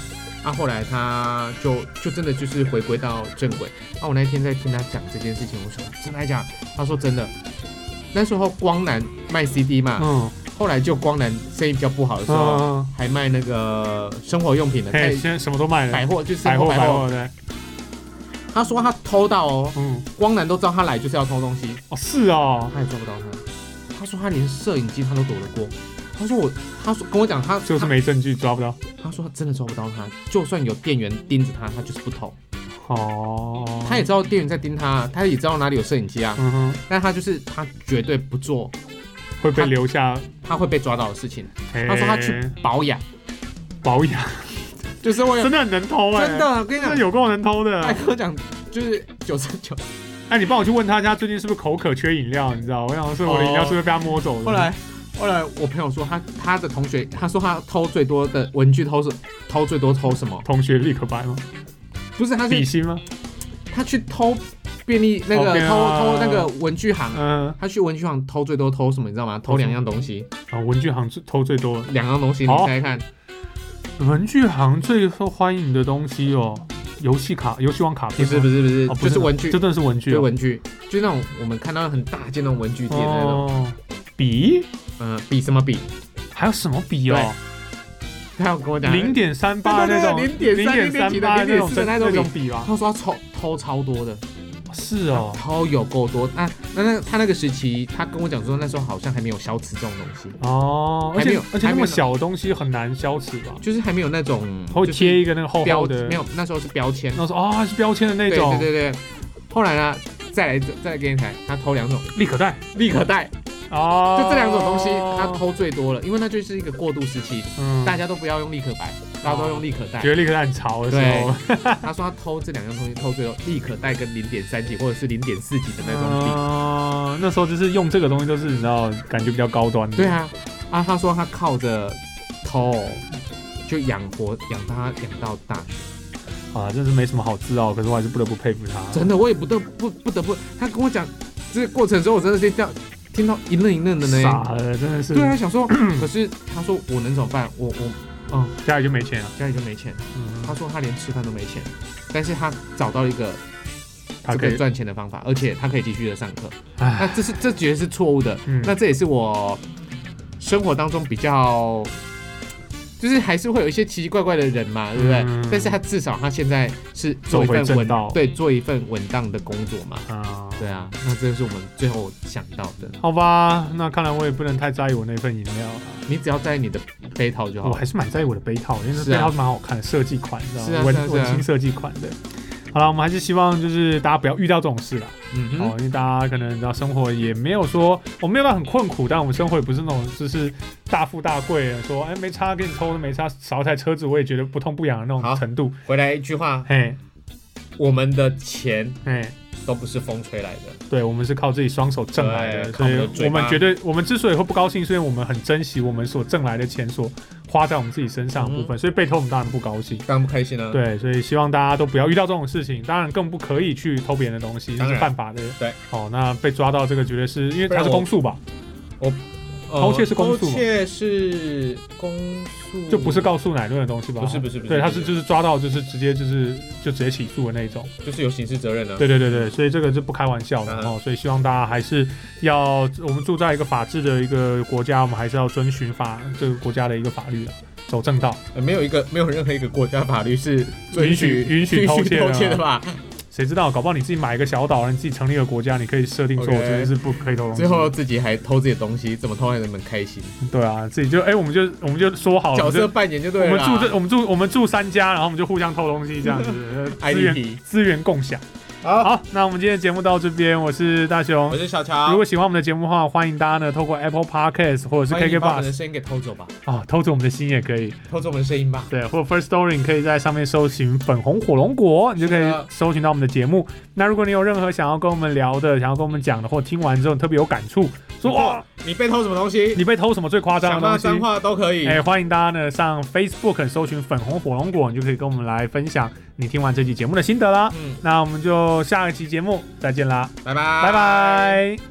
Speaker 2: 啊，后来他就就真的就是回归到正轨。啊，我那天在听他讲这件事情，我说真的还假的？他说真的。那时候光南卖 CD 嘛，
Speaker 1: 嗯，
Speaker 2: 后来就光南生意比较不好的
Speaker 1: 嗯
Speaker 2: 时候，
Speaker 1: 嗯，
Speaker 2: 还卖那个生活用品的，
Speaker 1: 哎、
Speaker 2: 在
Speaker 1: 现在什么都卖了，
Speaker 2: 百货就是
Speaker 1: 百
Speaker 2: 生
Speaker 1: 货
Speaker 2: 活
Speaker 1: 百
Speaker 2: 百货。
Speaker 1: 货对，
Speaker 2: 他说他偷到哦，
Speaker 1: 嗯，
Speaker 2: 光南都知道他来就是要偷东西，
Speaker 1: 哦是哦，
Speaker 2: 他也抓不到他。他说他连摄影机他都躲得过。他说我，他说跟我讲他
Speaker 1: 就是没证据抓不到。
Speaker 2: 他说他真的抓不到他，就算有店员盯着他，他就是不偷。
Speaker 1: 哦，
Speaker 2: 他也知道店员在盯他，啊他也知道哪里有摄影机啊，
Speaker 1: 嗯哼，
Speaker 2: 但他就是他绝对不做
Speaker 1: 会被留下。
Speaker 2: 他会被抓到的事情。
Speaker 1: 他
Speaker 2: 他说他去保养，
Speaker 1: 保养，
Speaker 2: 就是我有
Speaker 1: 真的很能偷哎、
Speaker 2: 真，的，啊嗯我跟
Speaker 1: 真
Speaker 2: 你
Speaker 1: 的哎
Speaker 2: 讲，
Speaker 1: 有够能偷的。
Speaker 2: 他跟我讲就是九十九，
Speaker 1: 哎，你帮我去问他家最近是不是口渴缺饮料，你知道？我想说我的饮料是不是被他摸走了？
Speaker 2: 后来。后来我朋友说他他的同学，他说他偷最多的文具偷是偷最多偷什么？
Speaker 1: 同学立刻白吗？
Speaker 2: 不是，他
Speaker 1: 底
Speaker 2: 是
Speaker 1: 薪吗？
Speaker 2: 他去偷便利那
Speaker 1: 哦
Speaker 2: 个
Speaker 1: 便利
Speaker 2: 偷偷
Speaker 1: 啊
Speaker 2: 那个文具行，
Speaker 1: 嗯、呃
Speaker 2: 他去文具行偷最多偷什么？你知道吗？
Speaker 1: 偷
Speaker 2: 偷
Speaker 1: 什么
Speaker 2: 两样东西，
Speaker 1: 啊，文具行最偷最多了。
Speaker 2: 两样东西你
Speaker 1: 好
Speaker 2: 猜猜看，
Speaker 1: 文具行最受欢迎的东西哦，游戏卡、游戏王卡片
Speaker 2: 不
Speaker 1: 吗
Speaker 2: 是不是不是
Speaker 1: 哦，不
Speaker 2: 就是文具
Speaker 1: 这，真的是文具
Speaker 2: 就
Speaker 1: 哦、
Speaker 2: 文具，就那种我们看到很大件那种文具店的那种，
Speaker 1: 哦，笔
Speaker 2: 嗯、比什么比？
Speaker 1: 还有什么笔哦？
Speaker 2: 他要跟我讲
Speaker 1: 零，点三八那种，
Speaker 2: 对对对0.38
Speaker 1: 三八那种
Speaker 2: 0.4的那种
Speaker 1: 那种笔吧？
Speaker 2: 他说他偷偷超多的，
Speaker 1: 是哦，
Speaker 2: 偷有够多。那那那他那个时期，他跟我讲说那时候好像还没有消磁这种东西，
Speaker 1: 哦，而
Speaker 2: 还没
Speaker 1: 且
Speaker 2: 有
Speaker 1: 而且那
Speaker 2: 还
Speaker 1: 么
Speaker 2: 没有
Speaker 1: 小的东西很难消磁吧？
Speaker 2: 就是还没有那种
Speaker 1: 会
Speaker 2: 就是
Speaker 1: 贴一个那个厚
Speaker 2: 标
Speaker 1: 厚的，
Speaker 2: 没有，那时候是标签
Speaker 1: 然。后说啊、是标签的那
Speaker 2: 对
Speaker 1: 种，
Speaker 2: 对对对。后来呢，再来再来给你台，他偷两种
Speaker 1: 立可带
Speaker 2: 立可带，
Speaker 1: 哦，
Speaker 2: 就这两种东西他偷最多了，因为那就是一个过渡时期，
Speaker 1: 嗯
Speaker 2: 大家都不要用立可白，大家都用立可带
Speaker 1: 觉。得立可带很潮的时
Speaker 2: 对
Speaker 1: 候，，
Speaker 2: 他说他偷这两样东西偷最多，立可带跟零点三级或者是零点四级的那种笔。
Speaker 1: 嗯，那时候就是用这个东西都是你知道感觉比较高端的，
Speaker 2: 对，啊，啊，他说他靠着偷就养活养他养到大学，
Speaker 1: 啊，真是没什么好自傲，可是我还是不得不佩服他，
Speaker 2: 真的我也不得不不得不，他跟我讲这个过程的时候，我真的是这样听到一愣一愣的呢。
Speaker 1: 傻了，真的是，
Speaker 2: 对啊，想说， *clears throat* 可是他说我能怎么办？我我
Speaker 1: 嗯家里就没钱了，
Speaker 2: 家里就没钱。他
Speaker 1: 嗯，
Speaker 2: 说他连吃饭都没钱，但是他找到一个
Speaker 1: 他
Speaker 2: 这
Speaker 1: 可
Speaker 2: 个
Speaker 1: 以，
Speaker 2: 赚钱的方法，而且他可以继续的上课。那
Speaker 1: 哎，
Speaker 2: 这是这绝对是错误的。
Speaker 1: 嗯
Speaker 2: 那这也是我生活当中比较，就是还是会有一些奇奇怪怪的人嘛，对不对？
Speaker 1: 嗯
Speaker 2: 但是他至少他现在是
Speaker 1: 走
Speaker 2: 做一
Speaker 1: 回
Speaker 2: 份
Speaker 1: 正
Speaker 2: 稳
Speaker 1: 道
Speaker 2: 对做一份稳当的工作嘛。
Speaker 1: 啊，
Speaker 2: 对啊，那这就是我们最后想到的。
Speaker 1: 好吧，那看来我也不能太在意我那份饮料了。
Speaker 2: 你只要在意你的杯套就好
Speaker 1: 我
Speaker 2: 了。
Speaker 1: 还是蛮在意我的杯套，因为这
Speaker 2: 啊是啊
Speaker 1: 杯套是蛮好看的，设计款，你知
Speaker 2: 是
Speaker 1: 道
Speaker 2: 啊
Speaker 1: 吗？文
Speaker 2: 是啊是啊
Speaker 1: 文青设计款的。好了，我们还是希望就是大家不要遇到这种事啦。
Speaker 2: 嗯
Speaker 1: 哦
Speaker 2: 哼，，
Speaker 1: 因为大家可能你知道生活也没有说我们没有到很困苦，但我们生活也不是那种就是大富大贵，说哎没差给你抽都没差，少一台车子我也觉得不痛不痒的那
Speaker 2: 好
Speaker 1: 种程度。
Speaker 2: 回来一句话，
Speaker 1: 嘿，
Speaker 2: 我们的钱
Speaker 1: 嘿，
Speaker 2: 都不是风吹来的。
Speaker 1: 对我们是靠自己双手挣来的，
Speaker 2: 对靠
Speaker 1: 所
Speaker 2: 我们
Speaker 1: 以我们
Speaker 2: 的嘴巴
Speaker 1: 觉得我们之所以会不高兴，是因为我们很珍惜我们所挣来的钱所花在我们自己身上的部
Speaker 2: 嗯
Speaker 1: 分，所以被偷我们当然不高兴。
Speaker 2: 当然不开心啊了。，
Speaker 1: 对，所以希望大家都不要遇到这种事情，当然更不可以去偷别人的东西，那
Speaker 2: 当
Speaker 1: 是
Speaker 2: 然
Speaker 1: 犯法的。
Speaker 2: 对，
Speaker 1: 哦，那被抓到这个绝对是因为
Speaker 2: 不
Speaker 1: 它
Speaker 2: 然
Speaker 1: 是
Speaker 2: 我
Speaker 1: 公诉吧，偷窃是公诉吗
Speaker 2: 呃偷窃是公诉，
Speaker 1: 就不是告诉乃论的东西吧？
Speaker 2: 不是不是不是
Speaker 1: 对，
Speaker 2: 不
Speaker 1: 它
Speaker 2: 是
Speaker 1: 是就是抓到就是直接就是就直接起诉的那种。
Speaker 2: 就是有刑事责任啊的。
Speaker 1: 对对对对，所以这个是不开玩笑的
Speaker 2: 嗯
Speaker 1: 哦，所以希望大家还是要我们住在一个法治的一个国家，我们还是要遵循法这个国家的一个法律啊，走正道。
Speaker 2: 呃，没有一个没有任何一个国家法律是
Speaker 1: 允许
Speaker 2: *laughs* 允
Speaker 1: 允许偷
Speaker 2: 偷
Speaker 1: 窃的啊
Speaker 2: 的吧？
Speaker 1: 谁知道，搞不好你自己买一个小岛，你自己成立一个国家，你可以设定说，我
Speaker 2: OK
Speaker 1: 这边是不可以偷东西。
Speaker 2: 最后自己还偷自己的东西，怎么偷还能开心？
Speaker 1: 对啊，自己就哎、我们就我们就说好了，
Speaker 2: 角
Speaker 1: 我们就
Speaker 2: 色扮演就
Speaker 1: 哦我
Speaker 2: 对啊了
Speaker 1: 们
Speaker 2: 啦。
Speaker 1: 住这，我们住我们住三家，然后我们就互相偷东西这样
Speaker 2: *laughs*
Speaker 1: 子，呃资源
Speaker 2: IDP。
Speaker 1: 资源共享。
Speaker 2: 好，
Speaker 1: 好，那我们今天的节目到这边，我是大
Speaker 2: 我
Speaker 1: 雄。
Speaker 2: 是小
Speaker 1: 如
Speaker 2: 乔
Speaker 1: 果。喜欢我们的节目的话，欢迎大家呢透过 Apple Podcast 或者是
Speaker 2: 欢迎
Speaker 1: KK
Speaker 2: 把我们的
Speaker 1: Bus
Speaker 2: 声音给偷走吧，
Speaker 1: 啊，偷走我们的心也可以，
Speaker 2: 偷走我们的声音吧。
Speaker 1: 对，或者 First Story 你可以在上面搜寻粉红火龙果，你就可以
Speaker 2: 是的
Speaker 1: 搜寻到我们的节目。那如果你有任何想要跟我们聊的，想要跟我们讲的，或听完之后你特别有感触，说哇，
Speaker 2: 你被偷什么东西？
Speaker 1: 你被偷什么最夸张
Speaker 2: 想
Speaker 1: 的东
Speaker 2: 骂
Speaker 1: 西
Speaker 2: 脏？话都可以。
Speaker 1: 哎、欢迎大家呢上 Facebook 搜寻粉红火龙果，你就可以跟我们来分享你听完这期节目的心得啦。
Speaker 2: 嗯，
Speaker 1: 那我们就下一期节目再见啦，
Speaker 2: 拜拜，
Speaker 1: 拜拜